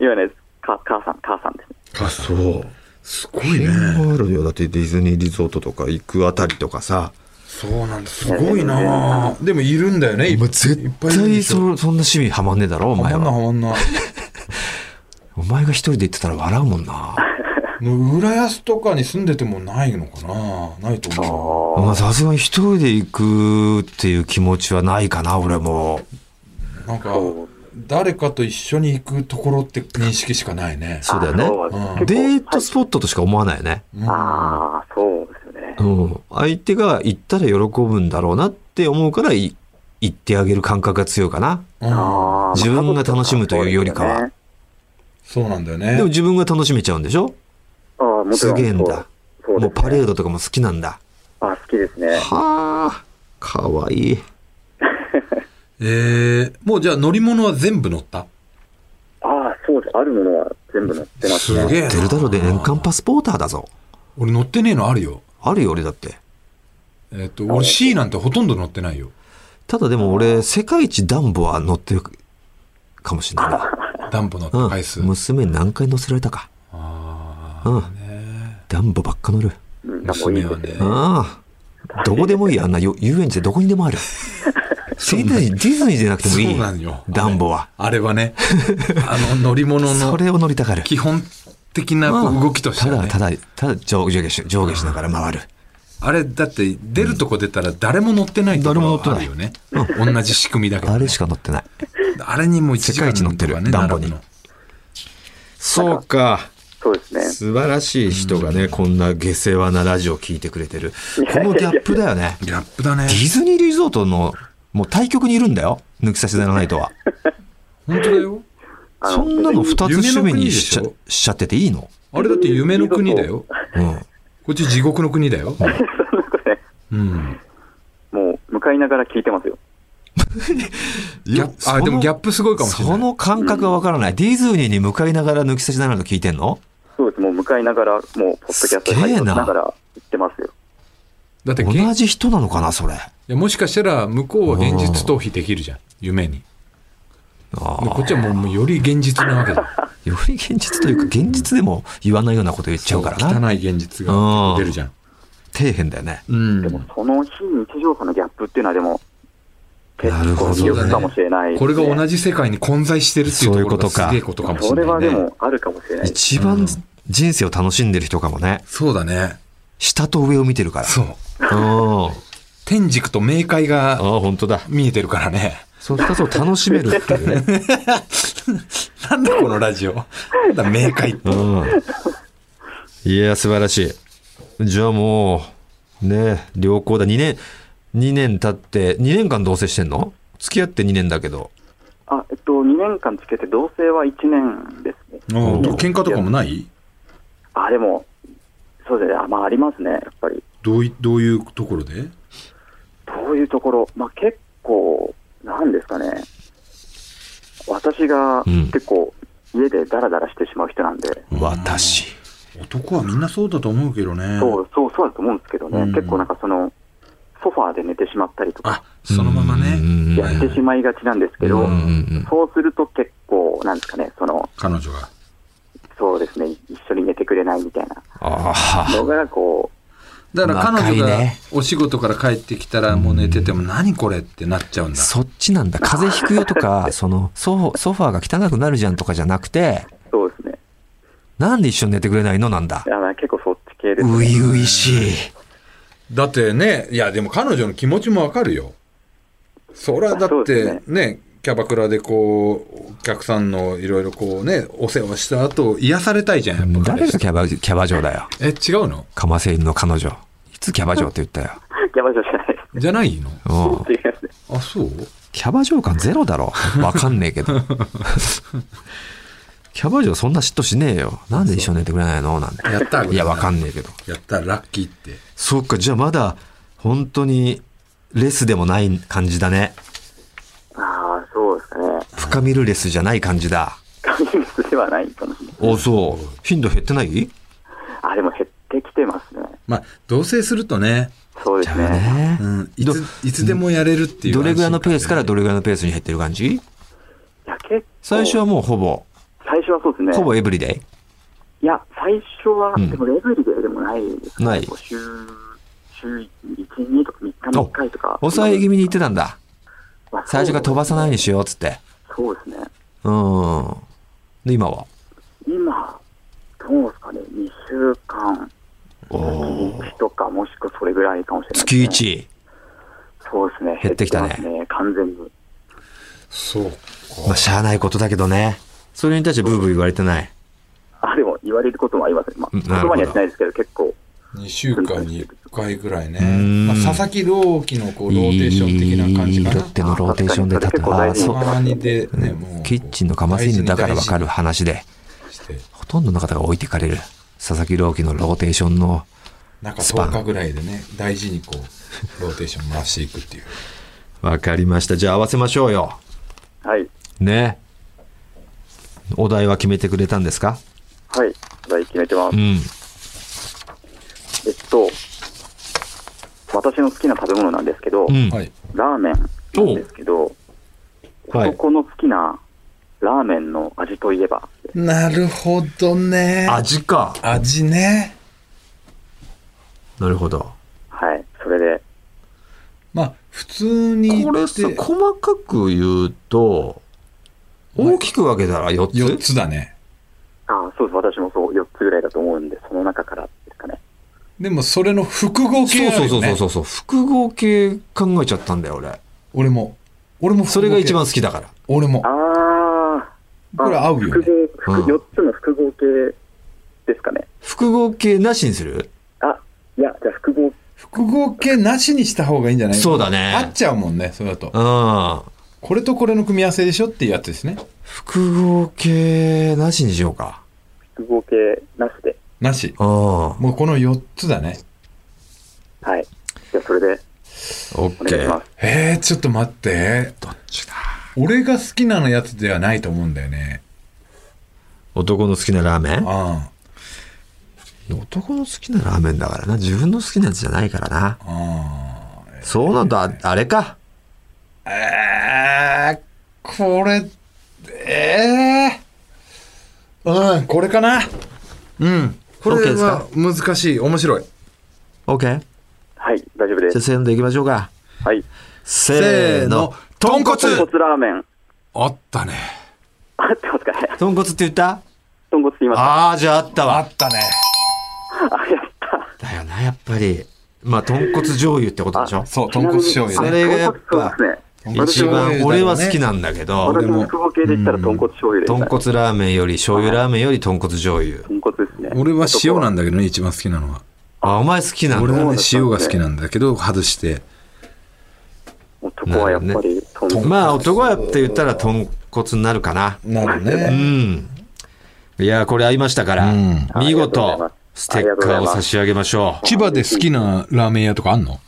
S4: 言わないです。か母さん、母さんですね。
S2: あそうすごい
S1: 品
S2: ね
S1: があるよ。だってディズニーリゾートとか行くあたりとかさ。
S2: そうなんだすごいなでもいるんだよねいっ
S1: お前
S2: ぱいい
S1: 絶
S2: っぱいいるで
S1: 対
S2: し
S1: そそ
S2: ょ
S1: んな趣味ハマんねえだろ、お
S2: は
S1: 前
S2: まんな
S1: は。
S2: はまんな
S1: お前が一人で行ってたら笑うもんな。
S2: もう浦安とかに住んでてもないのかなないと
S4: あ
S2: 思う
S1: まあさすがに一人で行くっていう気持ちはないかな、俺も。
S2: なんか
S4: そう
S2: 誰かと一緒に行くところって認識しかないね
S1: そうだよね
S4: あそうです
S2: うん
S1: デート
S4: 結
S1: スポットとしか思わないよね。
S2: うん
S4: 構ああ、そうですね。
S1: うん。相手が行ったら喜ぶんだろうなって思うから、い行ってあげる感覚が強いかな。
S2: うん
S4: あー
S1: 自分が楽しむというよりかは
S4: そうですね
S2: そうなんだよね
S1: でも自分が楽しめちゃうんでしょ
S4: あーもち
S1: す
S4: ろん
S1: げえんだ。
S4: そう
S1: も
S4: そうう
S1: パ
S4: ですね
S1: レードとかも好きなんだ。
S4: あ好きですね。
S1: はあ、かわいい。
S2: えー、もうじゃあ乗り物は全部乗った
S4: ああ、そうです。あるものは全部載ってます
S2: す
S4: ね。
S2: げえな
S1: 出るだろうで年間パスポーターだぞ。
S2: 俺乗ってねえのあるよ
S1: あるよ、俺だって。
S2: えっ、と俺 C なんてほとんど乗ってないよ
S1: ただでも俺、世界一ダンボは乗ってるかもしれないな。
S2: ダンボ乗った回数、
S1: うん。娘に何回乗せられたか。
S2: あ
S1: うん。
S2: あね
S1: ダンボばっか乗る。
S4: うん、なんかいい
S2: 娘
S4: で
S2: は
S4: すね。
S2: ね
S1: ああ。どこでもいい、あんなよ遊園地でどこにでもあ る。ディズニー、ディズニーじゃなくてもい
S2: そう
S1: い。
S2: なんよ
S1: ダンボは。
S2: あれ はねあの乗り物
S1: そ
S2: の
S1: れを乗りたがる。
S2: 基本的なこ
S1: うん
S2: う動きとしてはね
S1: ただ、ただ、ただ上下し、上下しながら回る。
S2: あれだって出るとこ出たら誰も乗ってないとこ
S1: 誰も乗
S2: ろ
S1: ってない
S2: あるよね、同じ仕組みだけど、
S1: あ
S2: ね、
S1: れしか乗ってない。
S2: あれにもう一時間
S1: 世界一乗ってる
S2: とかね
S1: ダンボに
S2: 並ぶの
S1: そうか。
S4: そうですね。
S1: 素晴らしい人がね、こんな下世話なラジオ聞いてくれてる。このギャップだよね。
S2: ギャップだね
S1: ディズニーリゾートのもう対局にいるんだよ。抜き差しでのナイト は。
S2: 本当だよ。
S4: あの
S1: そんなの二つ
S2: 夢の
S1: 趣味
S2: 国
S1: に
S2: で
S1: し
S2: し
S1: ち
S2: ょ
S1: ゃしちゃってていいの
S2: あれだって夢の国だよ。
S1: うん。
S2: こっち地獄の国だよ。うん。
S4: もう、向かいながら聞いてますよ。
S2: ギャップあ、でもギャップすごいかもしれ
S1: そ
S2: ない。
S1: の感覚がわからない。ディズニーに向かいながら抜き差しでのナイト聞いてんの
S4: そうです、もう向かいながら、もう、ポッドキャスト配信しながら行ってますよ。
S2: だってげん
S1: 同じ人なのかな、それ。あ
S2: いやもしかしたら向こうは現実逃避できるじゃん。夢に。で
S1: あ。
S2: こっちはもうもうより現実なわけじゃん。
S1: より現実というか、現実でも言わないようなこと言っちゃうからな。
S2: 汚い現実が出るじゃん。
S1: 底辺だよね。
S2: うん。
S4: でも、その非日常さのギャップっていうのは、でも、結
S1: なるほ
S4: 構
S1: どね
S4: 魅力かもしれない、
S2: これが同
S4: じ。
S2: じ世界に混在してるっていうところがすげえことかもし
S4: そ
S2: れ
S4: れ
S2: な
S4: はいで
S2: ね。
S4: も、あるかもしれない。
S1: 一番人生を楽しんでる人かもね。
S2: そうだね。
S1: 下と上を見てるから。
S2: そう。
S1: うん。あ
S2: 天竺と冥界
S1: あ、
S2: が
S1: 本当だ。
S2: 見えてるからね。
S1: その二つを楽しめるっていうね。
S2: なんだこのラジオ。なんだ冥界って。
S1: うん。いや、素晴らしい。じゃあもう、ね、良好だ。2年、2年経って、2年間同棲してんの付き合って2年だけど。
S4: あ、えっと、2年間つけて、同棲は1年ですね。
S2: おう喧嘩とかもない
S4: あ、でも、そうですね、あまあ、ありますね、やっぱり。
S2: どういどういうところで
S4: どういうところ、まあ、結構、なんですかね、私が
S1: うん
S4: 結構、家でダラダラしてしまう人なんで、
S1: 私。
S2: 男はみんなそうだと思うけどね。
S4: そうそうそうだと思うんですけどね、
S2: うん
S4: 結構なんかその、ソファーで寝てしまったりとか、
S2: あ、そのまま
S1: うん
S2: ね、
S1: うんうん
S4: やってしまいがちなんですけど、
S1: うんうん
S4: そうすると結構、なんですかね、その、
S2: 彼女が。
S4: そうですね、一緒に寝てくれないみたいな
S1: ああ。
S4: のが、こ
S2: だから彼女
S1: 仲いい
S2: が
S1: ね
S2: お仕事から帰ってきたらもう寝てても何これってなっちゃうんだ。
S1: そっちなんだ。風邪ひくよとか、そのソフ、ソファーが汚くなるじゃんとかじゃなくて、
S4: う、そうですね、
S1: なんで一緒に寝てくれないのなんだ
S4: あ。の結構そっち系です、
S1: う
S4: ね。
S1: いういしい。
S2: だってね、いやでも彼女の気持ちもわかるよ。そりゃだ
S4: そう
S2: っ
S4: です
S2: て
S4: ね
S2: ね、キャバクラでこう、お客さんのいろいろこうね、お世話した後、癒されたいじゃん、やっぱ彼
S1: 誰が
S2: 氏
S1: キャバ、キャバ嬢だよ。
S2: え、違うの
S1: カマセイルの彼女。いつキャバ嬢って言ったよ。
S4: やばいじゃないで
S2: じゃない
S1: う
S2: の
S1: ん。
S4: す。違いますね。
S2: あ、そう
S1: キャバ嬢感ゼロだ ろ。わかんねえけど。キャバ嬢そんな嫉妬しねえよ。なんで一緒に寝てくれないのなんて。
S2: やった
S1: いや、わか
S2: ん
S1: んねえけど。
S2: やったラッキーって。
S1: そっか、じゃあまだ、本当に、レスでもない感じだね。
S4: ああ、そうですね。
S1: 深みるレスじゃない感じだ。
S4: 神密ではないかもしれない。
S1: お、そう。頻度減ってない
S4: あ、でも減ってきてますね。
S2: まあ、同棲するとね、
S4: そうで
S1: じゃ
S4: す
S1: あ
S4: ね。
S1: ね
S2: う。ん、いつ、いつでもやれるっていう、
S1: どれぐらいのペースからどれぐらいのペースに減ってる感じ
S4: いや、結構
S1: 最初はもうほぼ、
S4: 最初はそうですね。
S1: ほぼエブリデ
S4: いや、最初は、
S1: うん
S4: でもレベルででもないですね。
S1: ない
S4: こう週、週1、2とか3日に1回とか。
S1: イ。抑え気味に行ってたんだ。
S4: まあ、
S1: 最初から飛ばさないようにしようっつって。
S4: そうですね。
S1: うん。で、今は
S4: 今、どうですかね、2週間、月1とか、もしくはそれぐらいかもしれない
S1: 月
S4: ですね、
S1: 1。
S4: そうですね。
S1: 減ってきたね
S4: 減ます完全に。
S2: そう
S1: まあ、
S2: か。
S1: しゃあないことだけどね。それに対してブーブー言われてない。
S4: あ、でも言われることもありますね。まあ、
S1: うん
S4: 言
S1: なるほど
S4: 葉にはしないですけど、結構。
S2: 2週間に1回ぐらいね。
S1: ん
S2: まあ、佐々木朗希のこう、ローテーション的な感じか
S1: いい
S2: な
S1: ロ。ッテのローテーションで立
S4: 確
S1: た
S4: か
S1: あ
S4: に
S1: ー
S4: それ結
S1: そう
S4: 構大事
S2: たまにで、ね、もう。
S1: キッチンのかませ犬だからわかる
S2: 大
S1: 話で、
S2: 事にして。
S1: ほとんどの方が置いてかれる。佐々木朗希のローテーションの、
S2: なんか
S1: スパン
S2: 10日ぐらいでね、大事にこう、ローテーション回していくっていう。
S1: わかりました。じゃあ合わせましょうよ。
S4: はい。
S1: ね。お題は決めてくれたんですか
S4: はい。題決めてます
S1: う。ん。
S4: えっと、私の好きな食べ物なんですけど、
S1: うん。
S2: はい。
S4: ラーメンなんですけど、
S1: はい。
S4: 男の好きなラーメンの味といえば、
S2: なるほどね
S1: 味か。
S2: 味ね。
S1: なるほど。
S4: はい、それで、
S2: まあ、普通に
S1: これさ、細かく言うと、大きく分けたら4つ
S2: 4つだね。
S4: あそうです、私もそう、4つぐらいだと思うんで、その中からですかね。
S2: でも、それの複合系
S1: そう
S2: あるよ
S1: そう
S2: ね。
S1: そうそうそう。複合系考えちゃったんだよ、俺。
S2: 俺も。俺も
S1: それが一番好きだから。
S2: 俺も
S4: あ。ー、
S2: これ合うよね
S4: 複合複
S1: うん
S4: 4つの複合系ですかね。
S1: 複合系なしにする
S4: あ、いや、じゃあ複合
S2: 複合系なしにした方がいいんじゃない
S1: そうだね
S2: 合っちゃうもんね、それだと。
S1: うん。
S2: これとこれの組み合わせでしょっていうやつですね。
S1: 複合系なしにしようか。
S4: 複合系なしで。
S2: なし。
S1: うん。オ
S2: もうこの4つだね。
S4: はい。じゃあ、それでお
S1: ッケ
S4: 願い
S1: ー
S4: しま。す。
S2: えー、ちょっと待って。
S1: どっちだ
S2: 俺が好きなのやつではないと思うんだよね。
S1: 男の好きなラーメン
S2: あ
S1: 男の好きなラーメンだからな。自分の好きなやつじゃないからな。
S2: あ。あ
S1: そうなんだ、あれか。
S2: あ。えー、これ、ええー。うん、これかな。うん。こ
S1: オッケー
S2: れ
S1: ですか
S2: は難しい。面白い。
S1: オッケーじ
S4: はい、大丈夫で
S1: ゃあ
S4: す。
S1: せーのでいきましょうか。
S4: はい。
S1: せーの。豚骨
S4: 豚骨ラーメン。
S2: あったね。
S4: 合ってますかね
S1: 豚骨って言った
S4: 豚骨って言いま
S1: ああ、じゃああった
S2: あ
S1: わ。
S2: ったね。
S4: す。あ、やった。
S1: だよな、やっぱり。まあ、豚骨醤油ってことでしょ
S2: そう、豚骨醤油
S1: そ
S2: ね。
S1: れがやっぱ
S4: そうです
S1: 一
S4: ね。私も
S1: 番俺は好きなんだけど、
S2: 俺
S4: 私
S2: も
S4: も複合系で言ったら豚骨醤油です、
S1: 豚
S4: ね。
S1: 骨ラーメンより醤油ラーメンより豚骨醤油。
S4: 豚骨ですね。
S2: 俺は塩なんだけどね、一番好きなのは。
S1: あ、お前好きなん
S2: 俺
S1: だ。
S2: はね、塩が好きなんだけど、外して。
S4: 男はやっぱり豚骨。
S1: まあ、男はって言ったら豚骨になるかな。
S2: なる
S1: う
S2: ね。
S1: ん。いや、これ合いましたから、
S2: うん
S1: 見
S4: ありがとうございま
S1: 事、ス
S4: す
S1: テッカーを差し上げましょう。
S2: 千葉で好きなラーメン屋とかあんの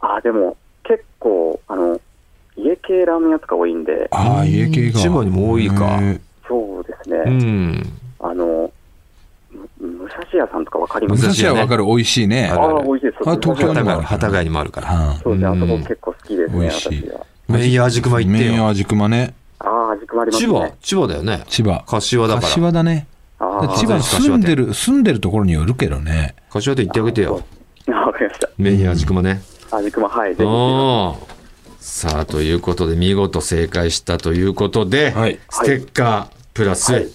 S4: あ、でも、結構、あの、家系ラーメン屋とか多いんで、
S2: ああ、家系が。
S1: 千葉にも多いか
S2: へえ
S4: そうですね。
S1: うん。
S4: あの、む武蔵屋さんとかわかりま
S2: 武
S4: す
S2: 蔵屋わかる、美味しいね。
S1: あ
S4: ああ、美味しいです。
S2: あ東京
S1: 幡
S2: にも
S1: ヶ
S2: ある
S1: 谷幡ヶ谷にもあるから。
S2: は
S4: そうですね、あそこ結構好きです
S2: 美
S4: ね、
S2: 味しい
S4: 私は。
S2: い
S1: メイヤー味熊行って
S2: 麺や
S1: よ。
S2: 味熊ね。
S4: ああ、味くまります
S1: 千葉
S4: ね。、
S1: 千葉だよね。
S2: 千葉。
S1: 柏だから。
S2: 柏だね。
S4: ああ、
S2: 千葉住んでる、住んでるところによるけどね。
S1: 柏で行ってあげてよ。
S4: わかりまし
S1: メイヤー味熊ね。
S4: た。味くま、はい、ぜひ。
S1: おーさあ、ということで、見事正解したということで、
S2: はい
S1: ステッカープラス、
S4: はい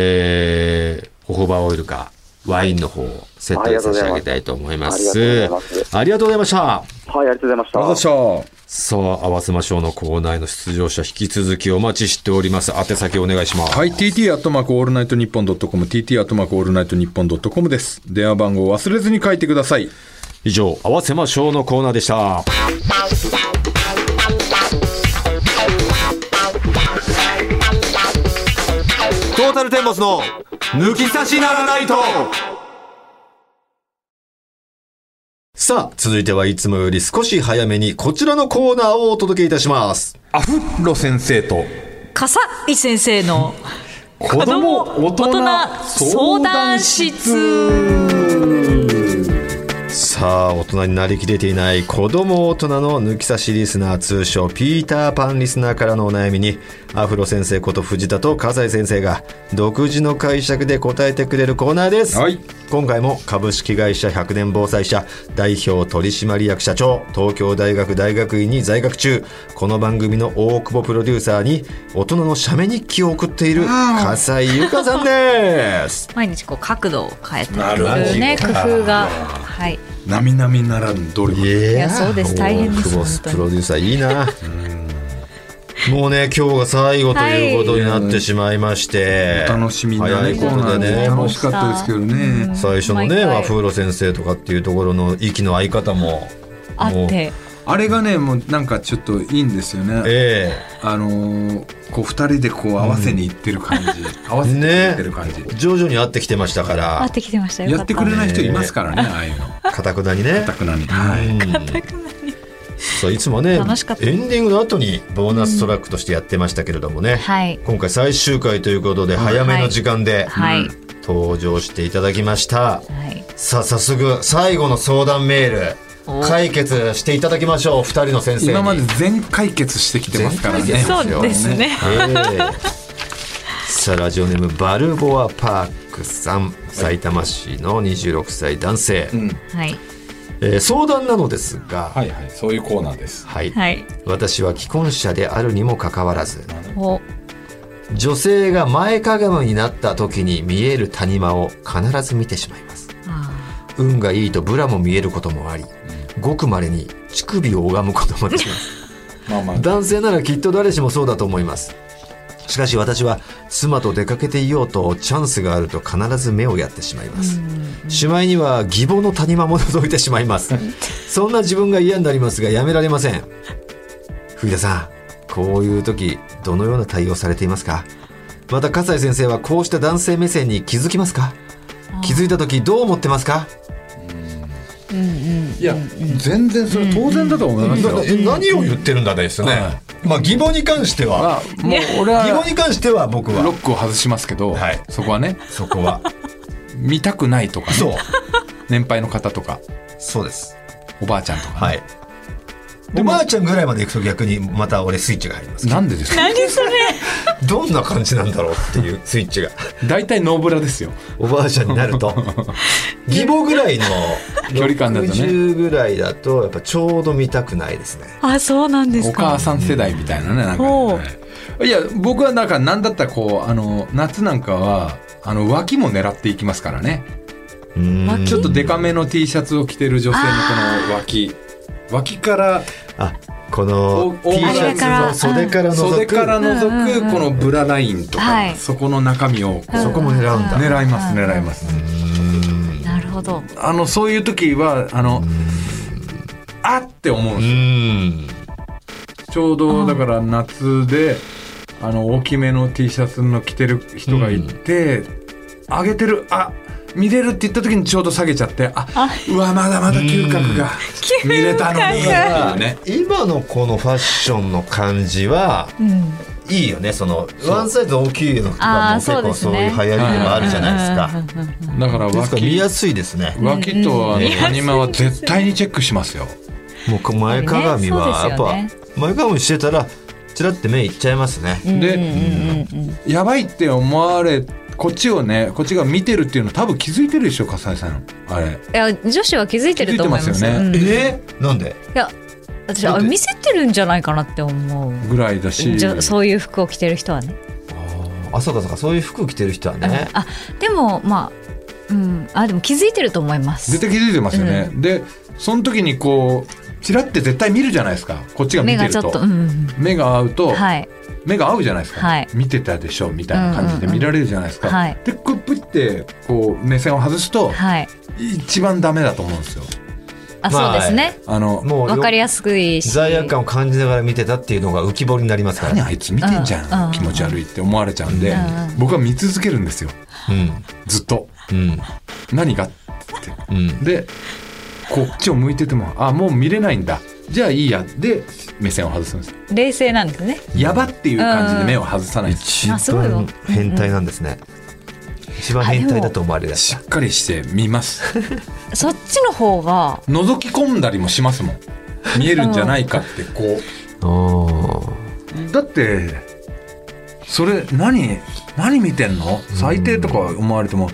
S1: えー、ホホバオイルか、ワインの方をセットで差し上げたいと思います。ありがとうございました。
S4: はい、ありがとうございました。
S2: ょう。
S1: さあ、合わせましょうのコーナーへの出場者、引き続きお待ちしております。宛先お願いします。
S2: はい、TT アットマークオールナイトニッポンドットコム、TT アットマークオールナイトニッポンドットコムです。電話番号を忘れずに書いてください。
S1: 以上、合わせましょうのコーナーでした。トータルテンボスの抜き差しならないとさあ、続いてはいつもより少し早めにこちらのコーナーをお届けいたします。
S2: アフロ先生と
S5: 笠井先生の
S2: 子
S5: 供大人相談室
S1: さあ、大人になりきれていない子供大人の抜き差しリスナー通称ピーターパンリスナーからのお悩みに、アフロ先生こと藤田と笠井先生が独自の解釈で答えてくれるコーナーです。
S2: はい
S1: 今回も株式会社100年防災社代表取締役社長東京大学大学院に在学中この番組の大久保プロデューサーに大人の写メ日記を送っている笠井由香さんです
S5: 毎日こう角度を変えて
S2: な
S5: る
S2: るほど
S5: ね工夫がはい
S2: なみなみならぬ努力。
S1: い
S5: やそうです大変です
S1: 大
S5: 本
S1: 久保
S5: 当に
S1: プロデューサーいい なもうね今日が最後ということになってしまいまして、
S2: お楽しみな
S1: 早
S2: ね
S1: い
S2: コ
S1: こ
S2: ーナ
S1: と
S2: ー
S1: で
S2: で
S1: ね
S2: 楽しかったですけどね。
S1: 最初のね
S5: 毎回
S1: 和風路先生とかっていうところの息の合い方も
S5: あって
S2: あれがねもうなんかちょっといいんですよね。
S1: え
S2: あのーこう二人でこう合わせにいってる感じ、合わせにいってる感じ。
S1: え徐々に合ってきてましたから
S5: 合ってきてましたよ
S2: や
S5: か
S2: っ
S5: ってた
S2: くれない人いますからね、ああ いうの。
S1: かたくなにね
S2: たくなに。はい。
S1: そういつもねエンデ
S5: 楽しかった
S1: ィングの後にボーナストラックとしてやってましたけれどもね、
S5: はい
S1: 今回最終回ということで早めの時間で、
S5: はい
S1: うん登場していただきました
S5: はい
S1: さあ早速最後の相談メール解決していただきましょう二人の先生に
S2: 今まで全解決してきてますからね。
S1: 全解
S5: そうですね
S1: ええさあラジオネームバルボアパークさん埼玉市の26歳男性、
S2: うん。
S5: はい
S1: えー相談なのですが、
S2: はいはい、そういうコーナーです。
S1: はい
S5: はい
S1: 私は既婚者であるにもかかわらず
S5: お
S1: 女性が前かがみになった時に見える谷間を必ず見てしまいます
S5: あ
S1: 運がいいとブラも見えることもありごくまれに乳首を拝むこともできます
S2: まあまあ、
S1: 男性ならきっと誰しもそうだと思いますしかし私は妻と出かけていようとチャンスがあると必ず目をやってしまいますしまいには義母の谷間も覗いてしまいますそんな自分が嫌になりますがやめられません冬田さんこういう時どのような対応されていますかまた笠井先生はこうした男性目線に気づきますか気づいた時どう思ってますか
S5: うんうん
S6: いや、全然それ当然だと思いますよ。
S1: 何を言ってるんだですよね、まあ義母に関しては
S2: あもう俺
S1: 義母
S2: は
S1: に関しては僕
S2: ロ
S1: は
S2: ックを外しますけど、
S1: はい
S2: そこはね
S1: そこは
S2: 見たくないとかね、
S1: そう
S2: 年配の方とか
S1: そうです
S2: おばあちゃんとか、
S1: はいおばあちゃんぐらいまで行くと逆にまた俺スイッチが入ります
S2: なんでですか
S5: 何それ
S1: どんな感じなんだろうっていうスイッチが
S2: 大体ノーブラですよ
S1: おばあちゃんになる と義母ぐらいの
S2: 距離感だとね
S1: 60ぐらいだとやっぱちょうど見たくないですね
S5: あそうなんです
S2: お
S5: か
S2: 母さん世代みたいなねなんか
S5: ほう
S2: ねいや僕はなんか何だったらこうあの夏なんかはあの脇も狙っていきますからね
S1: うん
S2: ちょっとデカめの T シャツを着てる女性のこの脇脇から
S1: あこの
S2: お
S1: T シ
S5: あ
S1: ャ
S5: れから
S1: ツの袖から覗く
S2: 袖から覗
S5: うんうん
S2: く
S5: うん
S2: このブララインとか、
S5: はい
S2: そこの中身をこう
S1: そこも狙うんだ
S2: 狙います狙います
S1: うん
S5: なるほど
S2: あのそういう時はあのあって思うんです
S1: うん
S2: ちょうどだから夏であの大きめの T シャツの着てる人がいて、上げてるあ見れるって言った時にちょうど下げちゃってあうわまだまだ嗅覚が見れたのにっていうね
S1: 今のこのファッションの感じは
S5: うん
S1: いいよねそのワンサイズ大きいのとかも
S5: あー
S1: 結構
S5: そ
S1: そうう
S5: です
S1: いう
S5: ね
S1: 流行りでもあるじゃないですか
S2: だから
S1: ですから見
S2: 脇
S1: やすいですね
S2: 脇とあの谷間は絶対にチェックしますよ
S1: もう前かがみはやっぱ
S5: そうです
S1: 前かがみしてたらちらって目いっちゃいますね
S2: で
S5: うんうんうんうん
S2: やばいって思われこっちをねこっちが見てるっていうの多分気づいてるでしょ笠井さんあれ
S5: いや女子は気づいてると思います
S2: 気づいてますよね
S5: うんい
S1: えーなんで
S5: や私あ見せてるんじゃないかなって思う
S2: ぐらいだし
S5: じょそういう服を着てる人はね
S1: あそうかそうかそういう服着てる人はね
S5: あでもまあうんあでも気づいてると思います
S2: 絶対気づいてますよね、でその時にこうチラって絶対見るじゃないですかこっちが見
S5: 目
S2: て
S5: が
S2: る
S5: ち
S2: と
S5: ょっとうんうん
S2: 目が合うと、
S5: はい
S2: 目が合うじゃないですか、
S5: はい
S2: 見てたでしょみたいな感じで見られるじゃないですか、
S5: うんうんうんはい
S2: でクップってこう目線を外すと、
S5: はい
S2: 一番ダメだと思うんですよ
S1: ま
S5: あそ
S1: あ
S5: うですね
S2: あの
S1: もう
S5: わかりやすくいいし
S1: 罪悪感を感じながら見てたっていうのが浮き彫りになりますから
S2: 何あいつ見てんじゃん、
S5: うん
S2: 気持ち悪いって思われちゃうんで、
S5: うんうん
S2: 僕は見続けるんですよ
S1: うん
S2: ずっと
S1: うん
S2: 何がって
S1: うん
S2: でこっちを向いててもあもう見れないんだじゃあいいやで目線を外すんです
S5: 冷静なんですね
S2: やばっていう感じで目を外さないです
S1: 一
S5: あすごいわ
S1: 番変態なんですね一番変態だと思われるやつ
S2: しっかりして見ます
S5: そっちの方が
S2: 覗き込んだりもしますもん見えるんじゃないかってこ
S1: おー
S2: うだってそれ何何見てんの最低とか思われても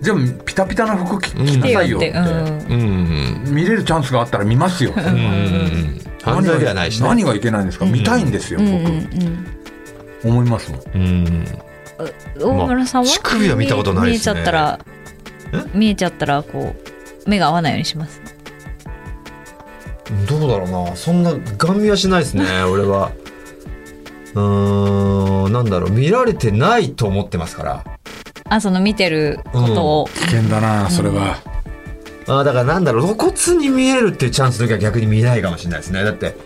S2: じゃあピタピタな服着着なさいよって
S5: う、ん
S1: うん
S2: 見れるチャンスがあったら見ますよ
S1: うんうん犯罪ではないしね
S2: 何がいけないんですか、見たいんですよ、
S5: うんう
S2: 僕、
S5: ん
S2: 思いますもん
S1: うん
S5: うん大村さんは
S1: まあ乳首は見たことないですね
S5: 見えちゃったら見えちゃったらこう目が合わないようにします
S1: どうだろうなそんなガン見はしない ですね俺はうーんなんだろう見られてないと思ってますから
S5: あその見てることを
S2: 危険だなそれは、
S1: あーだからなんだろう露骨に見えるっていうチャンスの時は逆に見ないかもしれないですねだって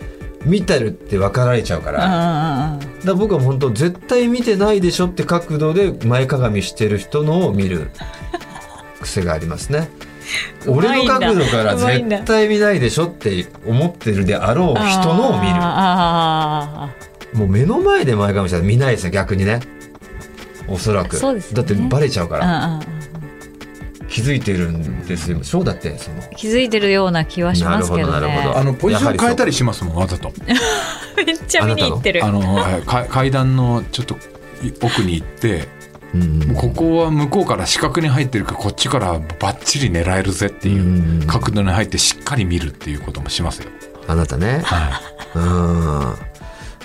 S1: 見てるって分かられちゃうか
S5: うん
S1: ら,、
S5: う
S1: だか
S5: んうん
S1: ら僕は本当絶対見てないでしょって角度で前かがみしてる人のを見る癖がありますね
S5: うま
S1: 俺
S5: いん
S1: の
S5: だ
S1: 角度から
S5: うまいんだ
S1: 絶対見ないでしょって思ってるであろう人のを見る
S5: あー
S1: もう目の前で前かもしれない見ないですよ逆にねおそらく
S5: そうですね
S1: だってバレちゃうか
S5: あー
S1: ら
S5: あーうんうん
S1: 気づいてるんですよそうだってその
S5: 気づいてるような気はしますけどね
S1: なるほどなるほど
S2: あのポジション変えたりしますもんわざと
S5: めっちゃ見に行ってる
S2: あのはいか階段のちょっと奥に行ってもうここは向こうから視覚に入ってるからこっちからバッチリ狙えるぜっていう角度に入ってしっかり見るっていうこともしますよ。
S1: あなた ね
S2: は
S1: う
S2: い、
S1: ん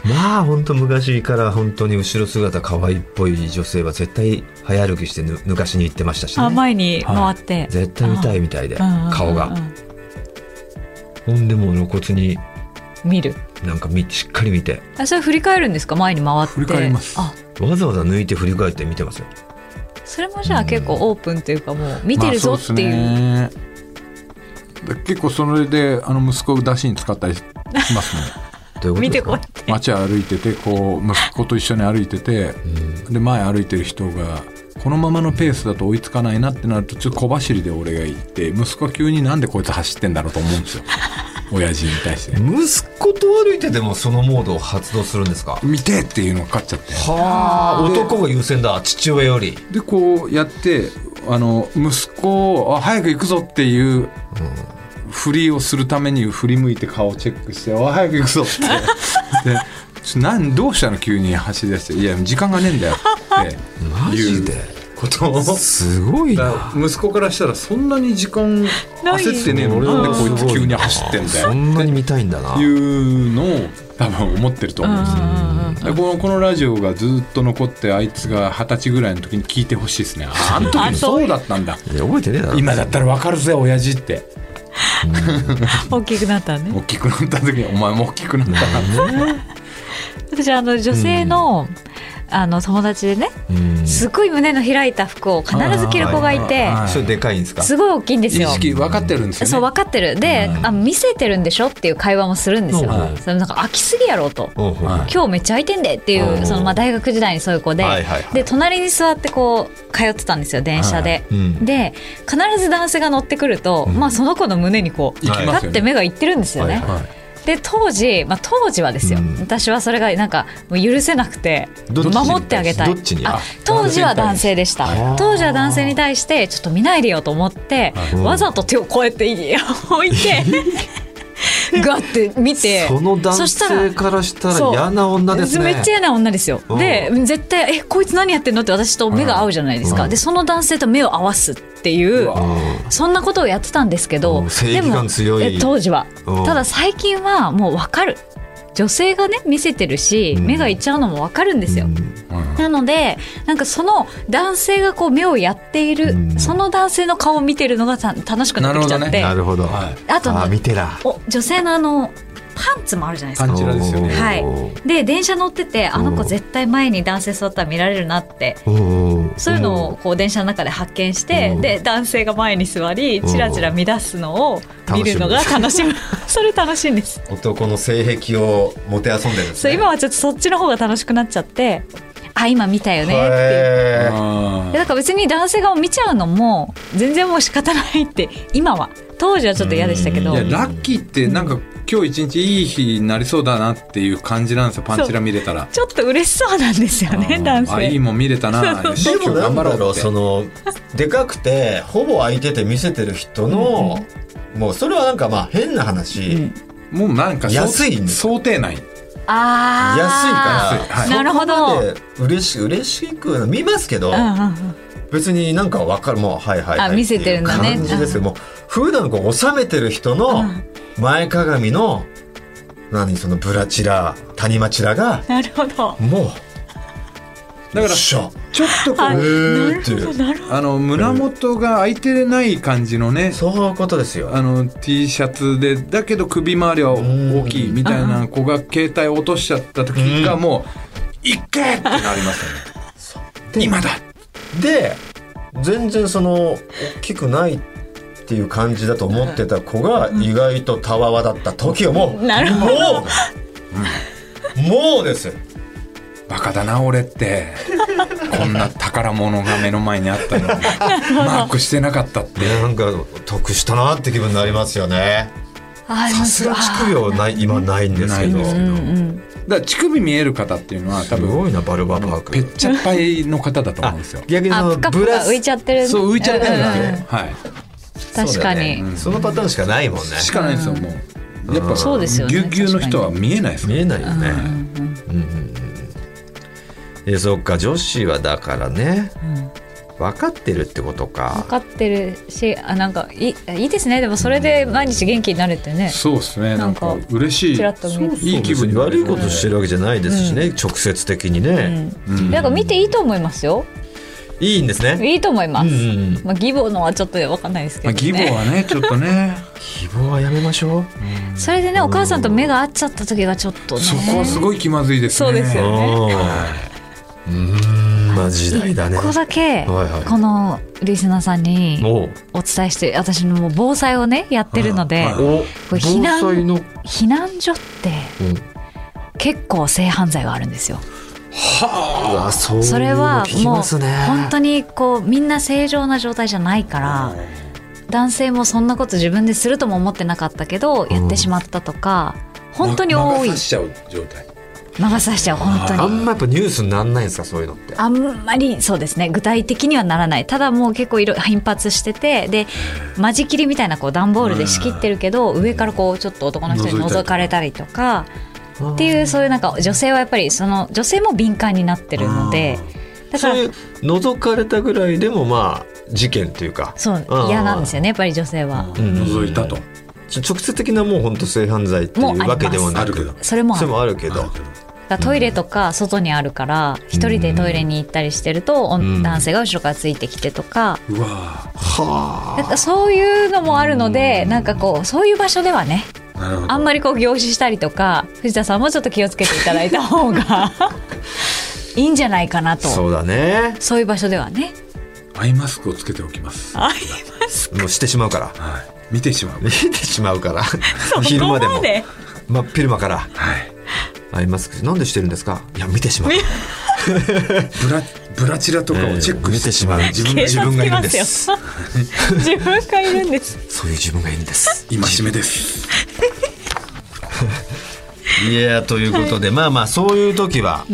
S1: まあ本当昔から本当に後ろ姿可愛いっぽい女性は絶対早歩きしてぬ抜かしに行ってましたし、
S5: あ
S1: ね、
S5: 前に回って、
S1: 絶対見たいみたいで
S5: うんうんうんうん
S1: 顔がほんでもう露骨に
S5: 見る
S1: なんかみしっかり見て
S5: あそれ振り返るんですか前に回って
S2: 振り返ります
S5: あ
S1: わざわざ抜いて振り返って見てますよ。
S5: それもじゃあ結構オープンというかもう見てるぞっていう,、
S2: まあそうですねだ結構それであの息子を出しに使ったりしますね
S1: どういうこと
S5: 見
S1: で
S5: て
S1: すか
S5: こい
S2: 街歩いててこう息子と一緒に歩いてて、で前歩いてる人がこのままのペースだと追いつかないなってなるとちょっと小走りで俺が行って息子は急になんでこいつ走ってんだろうと思うん ですよ親父に対して
S1: 息子と歩いててもそのモードを発動するんですか
S2: 見てっていうのが勝っちゃって
S1: はあ男が優先だ父親より
S2: でこうやってあの息子をあ早く行くぞっていう振りをするために振り向いて顔をチェックして「あ早く行くぞ」って でちょなんどうしたの急に走り出して「いや時間がねえんだよ」って言う
S1: ことを
S2: すごいな息子からしたらそんなに時間
S5: ない
S2: 焦ってねえのになんでこいつ急に走ってんだ
S1: そ
S2: よ
S1: んなに見たいんだな
S2: いうのを多分思ってると思うんですよでこのこのラジオがずっと残ってあいつが二十歳ぐらいの時に聞いてほしい ですねあの時もそうだったんだ
S1: いや覚えてねえだろ
S2: 今だったらわかるぜ親父って
S5: 大きくなったね
S2: 大きくなった時にお前も大きくなったな
S5: 私あの女性の,、あの友達でね
S1: うん
S5: すごい胸の開いた服を必ず着る子がいて
S2: はい
S1: それでかいんですか
S5: すごい大きいんで
S2: 意
S5: すよ。
S2: 識分かってるんです
S5: そう
S2: よね
S5: 分かってるで、あ見せてるんでしょっていう会話もするんですよ、
S1: はい
S5: それなんか飽きすぎやろうと
S1: おうおう
S5: 今日めっちゃ空いてんでっていう、
S1: うん
S5: そのまあ大学時代にそういう子で、
S1: はいはいはい
S5: で隣に座ってこう通ってたんですよ電車で、
S1: うん
S5: で必ず男性が乗ってくると、まあその子の胸にこう
S2: 行きますよね
S5: 立って目がいってるんですよね、
S1: はい
S2: は
S5: で当時、まあ、当時はですよ、
S1: うん
S5: 私はそれがなんかもう許せなくて
S1: どっちに
S5: 守ってあげたい
S1: どっちに
S5: あ当時は男性でし
S1: は
S5: た
S1: い
S5: 当時は男性に対してちょっと見ないでよと思って
S1: うん
S5: わざと手をこうやってい置 いてガッて見て
S1: その男
S5: そしたら
S1: 性からしたら
S5: そう
S1: 嫌な女ですね
S5: めっちゃ嫌な女ですよ
S1: うん
S5: で絶対「えこいつ何やってんの?」って私と目が合うじゃないですか、
S1: うん
S5: でその男性と目を合わすっていう
S2: わ
S5: そんなことをやってたんですけど、
S1: うん正義感強い
S5: でもえ当時は、
S1: うん
S5: ただ最近はもう分かる女性がね見せてるし、
S1: うん
S5: 目がいっちゃうのも分かるんですよ、なのでなんかその男性がこう目をやっている、
S1: うん
S5: その男性の顔を見てるのがた楽しくなってきちゃって、
S2: な
S1: なるほど
S2: はい
S5: あとね
S1: 見てら
S5: お女性のあのパンツもあるじゃないですか
S2: パンチラですよね
S5: はい
S1: お
S5: で電車乗っててあの
S1: う
S5: 子
S1: ん
S5: 絶対前に男性座ったら見られるなって
S1: ーおー
S5: そういうのをこう電車の中で発見して
S1: うん
S5: で男性が前に座り
S1: うん
S5: チラチラ乱すのを見るのが楽しむ それ楽しいんです
S1: 男の性癖をもてあそんでるんです
S5: そう
S1: ね
S5: 今はちょっとそっちの方が楽しくなっちゃってあ今見たよねっていう。
S1: へー
S2: あ
S5: でだから別に男性が見ちゃうのも全然もう仕方ないって今は当時はちょっと嫌でしたけど
S2: ーいやラッキーってなんか今日一日いい日になりそうだなっていう感じなんですよパンチラ見れたら
S5: ちょっと嬉しそうなんですよね男
S2: あいい
S5: 性
S2: もん見れたなよし
S1: でも
S2: 今日
S1: なん
S2: 頑張
S1: だ
S2: ろ
S1: ろ
S2: う
S1: う
S2: って
S1: そのでかくてほぼ空いてて見せてる人の、もうそれはなんかまあ変な話、
S2: もうなんか想
S1: 安いんです
S2: 想定内
S5: あー
S1: 安いから、
S2: 安いはい
S5: なるほど
S1: そこまで嬉し嬉しく見ますけど、
S5: うんうんうん
S1: 別になんか分かるもうはいはい、はい、
S5: あ見せてるんだ
S1: っ
S5: ね
S1: ていう感じですけども普段こう収めてる人の前かがみの何そのブラチラ谷間チラが
S5: なるほど。
S1: もう
S2: だから
S1: しょ
S2: ちょっとこ
S1: え
S5: あ
S2: う
S1: ーっていう
S5: なるほ
S2: あの胸元が開いてない感じのね
S1: そういうことですよ
S2: あの T シャツでだけど首周りは大きいみたいな子が携帯落としちゃった時がもう「いっけ!」ってなりますよね今だ
S1: で全然その大きくないっていう感じだと思ってた子が意外とたわわだった時をもう
S5: なるほ
S1: もう、もうです
S2: バカだな俺ってこんな宝物が目の前にあったのにマークしてなかったって
S1: ねなんか得したなって気分になりますよね
S5: ど。あ
S1: さすが乳首はない今ないんですけど
S2: ない
S5: うんうん。
S2: だから乳首見える方っていうのは多
S1: す
S2: 分
S1: ごいなバルバパー
S2: ぺっ
S1: ク
S2: ちゃっぱいの方だと思うんですよ
S1: 逆にそ
S5: あ、
S1: の
S5: ぷか
S1: ブ
S5: ぷ
S1: ラ
S5: か
S1: ス
S5: 浮いちゃってる。
S2: そう浮いちゃってるん
S5: う
S2: で
S5: ん
S2: す
S5: うん
S2: よはい
S5: 確か
S1: そうだよ
S5: に。
S1: ねそのパターンしかないもんね
S2: しかないんですよもうやっぱ
S5: そうですよね
S2: ぎゅうぎゅうの人は見えないですもん
S1: 見えないよねうんうんうんえそっか女子はだからね分かってるってこと
S5: 分
S1: か
S5: かってるし、あなんかいいいいですね。でもそれで毎日元気になるってね。
S2: そうですねなんか
S5: なんか
S2: 嬉しい
S5: ちらっと見える
S2: いい気分にな
S1: 悪
S2: れ
S1: い
S2: る
S1: ことしてるわけじゃないですしね、直接的にね、
S5: うん。なんか見ていいと思いますよ。
S1: いいんですね
S5: いいと思います。
S1: うんうんうん
S5: まあ義母のはちょっとわかんないですけ
S2: ま
S5: ど
S2: あ、
S5: ね。
S2: 義母はねちょっとね
S1: 希望はやめましょう
S5: それでねお母さんと目が合っちゃった時がちょっとね。
S2: そこはすごい気まずいですね
S5: そうですよね
S1: うんうーんまあ時代だね
S5: 一個だけ、
S1: はいはい
S5: このリスナーさんに
S1: おう
S5: お伝えして私もう防災をねやってるので、
S7: はい
S1: お
S5: これ避難
S1: 防災の
S5: 避難所って
S1: うん
S5: 結構性犯罪があるんですよ。
S1: うわそう
S5: それ
S1: いうの
S5: は
S1: 聞き
S5: もう
S1: ますね
S5: 本当にこうみんな正常な状態じゃないから男性もそんなこと自分でするとも思ってなかったけどやってしまったとか本当に多い
S2: 流さしちゃう状態
S5: 魔が差しちゃう本当
S1: あ
S5: に。
S1: んまやっぱニュースになんないんですかそういうのって
S5: あんまりそうですね具体的にはならないただもう結構いろ頻発しててで間仕切りみたいなこう段ボールで仕切ってるけど上からこうちょっと男の人に
S2: 覗いたりとか
S5: 覗かれたりとかっていうそういうなんか女性はやっぱりその女性も敏感になってるのでだか
S1: そう
S5: ら
S1: いう覗かれたぐらいでもまあ事件というか
S5: そう
S1: うん
S5: 嫌なんですよねやっぱり女性は。
S1: うん
S2: 覗いたと
S1: ちょ直接的なもう本当性犯罪っていうわけでも
S5: もう
S1: な
S2: あ
S1: く
S2: るけど
S5: それもあ
S1: それ
S5: る
S1: もあるけど
S2: あるけど
S5: だからトイレとか外にあるから一人でトイレに行ったりしてるとお
S1: ん
S5: 男性が後ろからついてきてとか
S2: うわ
S1: は
S5: なんかそういうのもあるのでなんかこうそういう場所ではね
S2: ーなるほど
S5: あんまりこう凝視したりとか藤田さんもちょっと気をつけていただいた方 がいいんじゃないかな
S1: あ
S5: とそう
S1: そうだね
S5: いう場所ではね
S2: アイマスクをつけておきますは
S1: もうしてしまうから
S2: い見てしまう
S1: 見てしまうから昼間でも真っ昼間から
S2: はい
S1: アイマスクなんでしてるんですかいや見てしまう
S2: ブラブラチラとかをチェックしてしまう
S1: ええ
S2: 自分
S1: 警
S2: 自
S1: 察
S2: 分
S1: 分がいるん
S5: 警察来
S1: です
S5: ますよ 自分がいるんです
S1: そういう自分がいるんです
S2: 今しめです
S1: いやということ で、まあまあそういう時は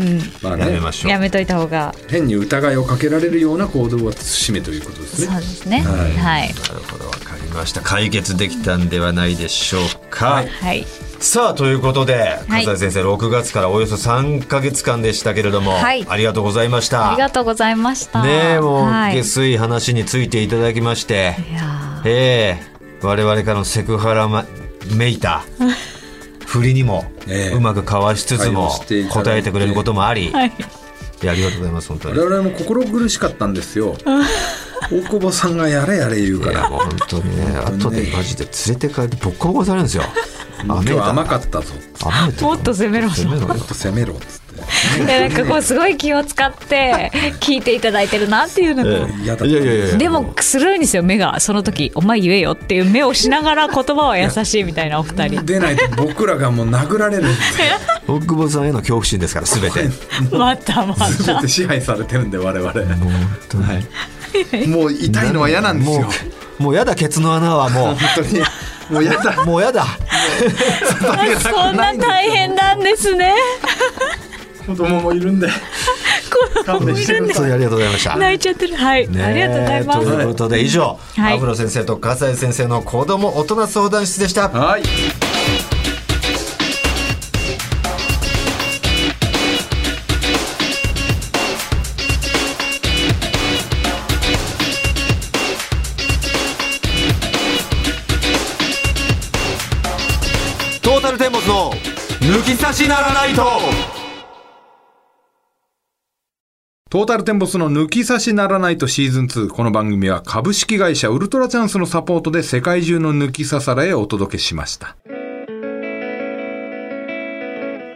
S2: まあ
S1: やめ
S2: ね
S1: ましょう、
S5: やめといた方が
S2: 変に疑いをかけられるような行動は慎めということです
S5: そうで
S2: ね
S5: すねはいは
S1: な
S5: い、
S1: るほどわかりました解決できたんではないでしょうか、
S5: はい
S1: さあということで
S5: はい
S1: 笠井先生、6月からおよそ3か月間でしたけれども、
S5: はい
S1: ありがとうございまし
S5: あり
S1: た
S5: がとうございました。
S1: ねえもう、
S5: はい、
S1: 下
S5: い
S1: 水話についていただきまして
S5: や
S1: ええ我々からのセクハラまめいた振りにも
S2: ええ
S1: うまくかわしつつ
S2: 対
S1: も
S2: 応していただいて
S1: 答えてくれることもあり、
S5: ーはい、
S1: いやありがとうございます本当に
S2: 我々も心苦しかったんですよ大久保さんがやれやれ言うか
S1: いや
S2: ら
S1: もう本当にね後
S2: 当にね
S1: でマジで連れて帰ってボッコボコにされるんですよ
S2: 今日は甘か
S1: っ
S2: ったぞ
S1: た雨だ
S5: もっと攻めろ
S1: 攻 めろ
S2: も
S1: よ
S2: っと攻めろっつって
S5: い やなんかこうすごい気を使って聞いていただいてるなっていうのと、
S2: 嫌だった
S1: いやいやいやいや
S5: でも鋭いんですよ目がその時「お前言えよ」っていう目をしながら言葉は優しいみたいなお二 人
S2: 出ないと僕らがもう殴られるんで
S1: 大久保さんへの恐怖心ですから全て
S5: またま
S2: 全
S5: た
S2: て支配されてるんで我々 もう痛いのは嫌なんです
S1: も
S2: よ
S1: うもうやだケツの穴はも
S2: 本当にもう嫌だ
S1: うもうやだ
S5: そんな大変なんですね
S2: 子供もいるんで勘弁してくだ
S1: 本当
S2: さい
S1: にありがとうございました
S5: 泣いちゃってるはい、
S1: ねえ
S5: ありがとうございま
S1: と
S5: す
S1: いうことで以上、
S5: はい
S1: アフロ先生と笠井先生の子供大人相談室でした、
S2: はい
S1: トータルテンボスの抜き差しならないと
S2: トータルテンボスの抜き差しならないとシーズン2。この番組は株式会社ウルトラチャンスのサポートで世界中の抜き差されへお届けしました。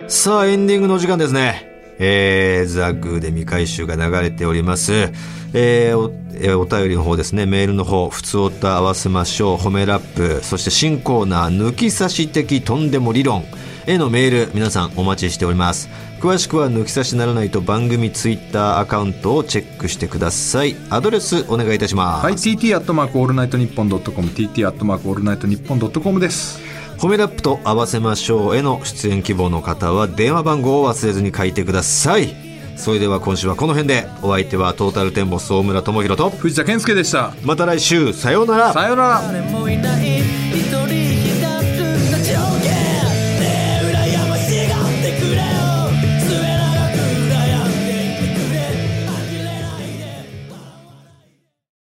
S1: さあエンディングのお時間ですねえー、ザ・グーで未回収が流れております。えーお、えーお便りの方ですね、メールの方、普通歌合わせましょう、褒めラップ、そして新コーナー、抜き差し的とんでも理論へのメール、皆さんお待ちしております。詳しくは抜き差しならないと番組ツイッターアカウントをチェックしてください。アドレスお願いいたします。
S2: はい、TT アットマークオールナイトニッポンドットコム、TT アットマークオールナイトニッポンドットコムです。
S1: 褒めラップと合わせましょうへの出演希望の方は電話番号を忘れずに書いてくださいそれでは今週はこの辺でお相手はトータルテンボス大村智広と
S2: 藤田健介でした。
S1: また来週さようなら
S2: さようなら。
S8: 誰もいない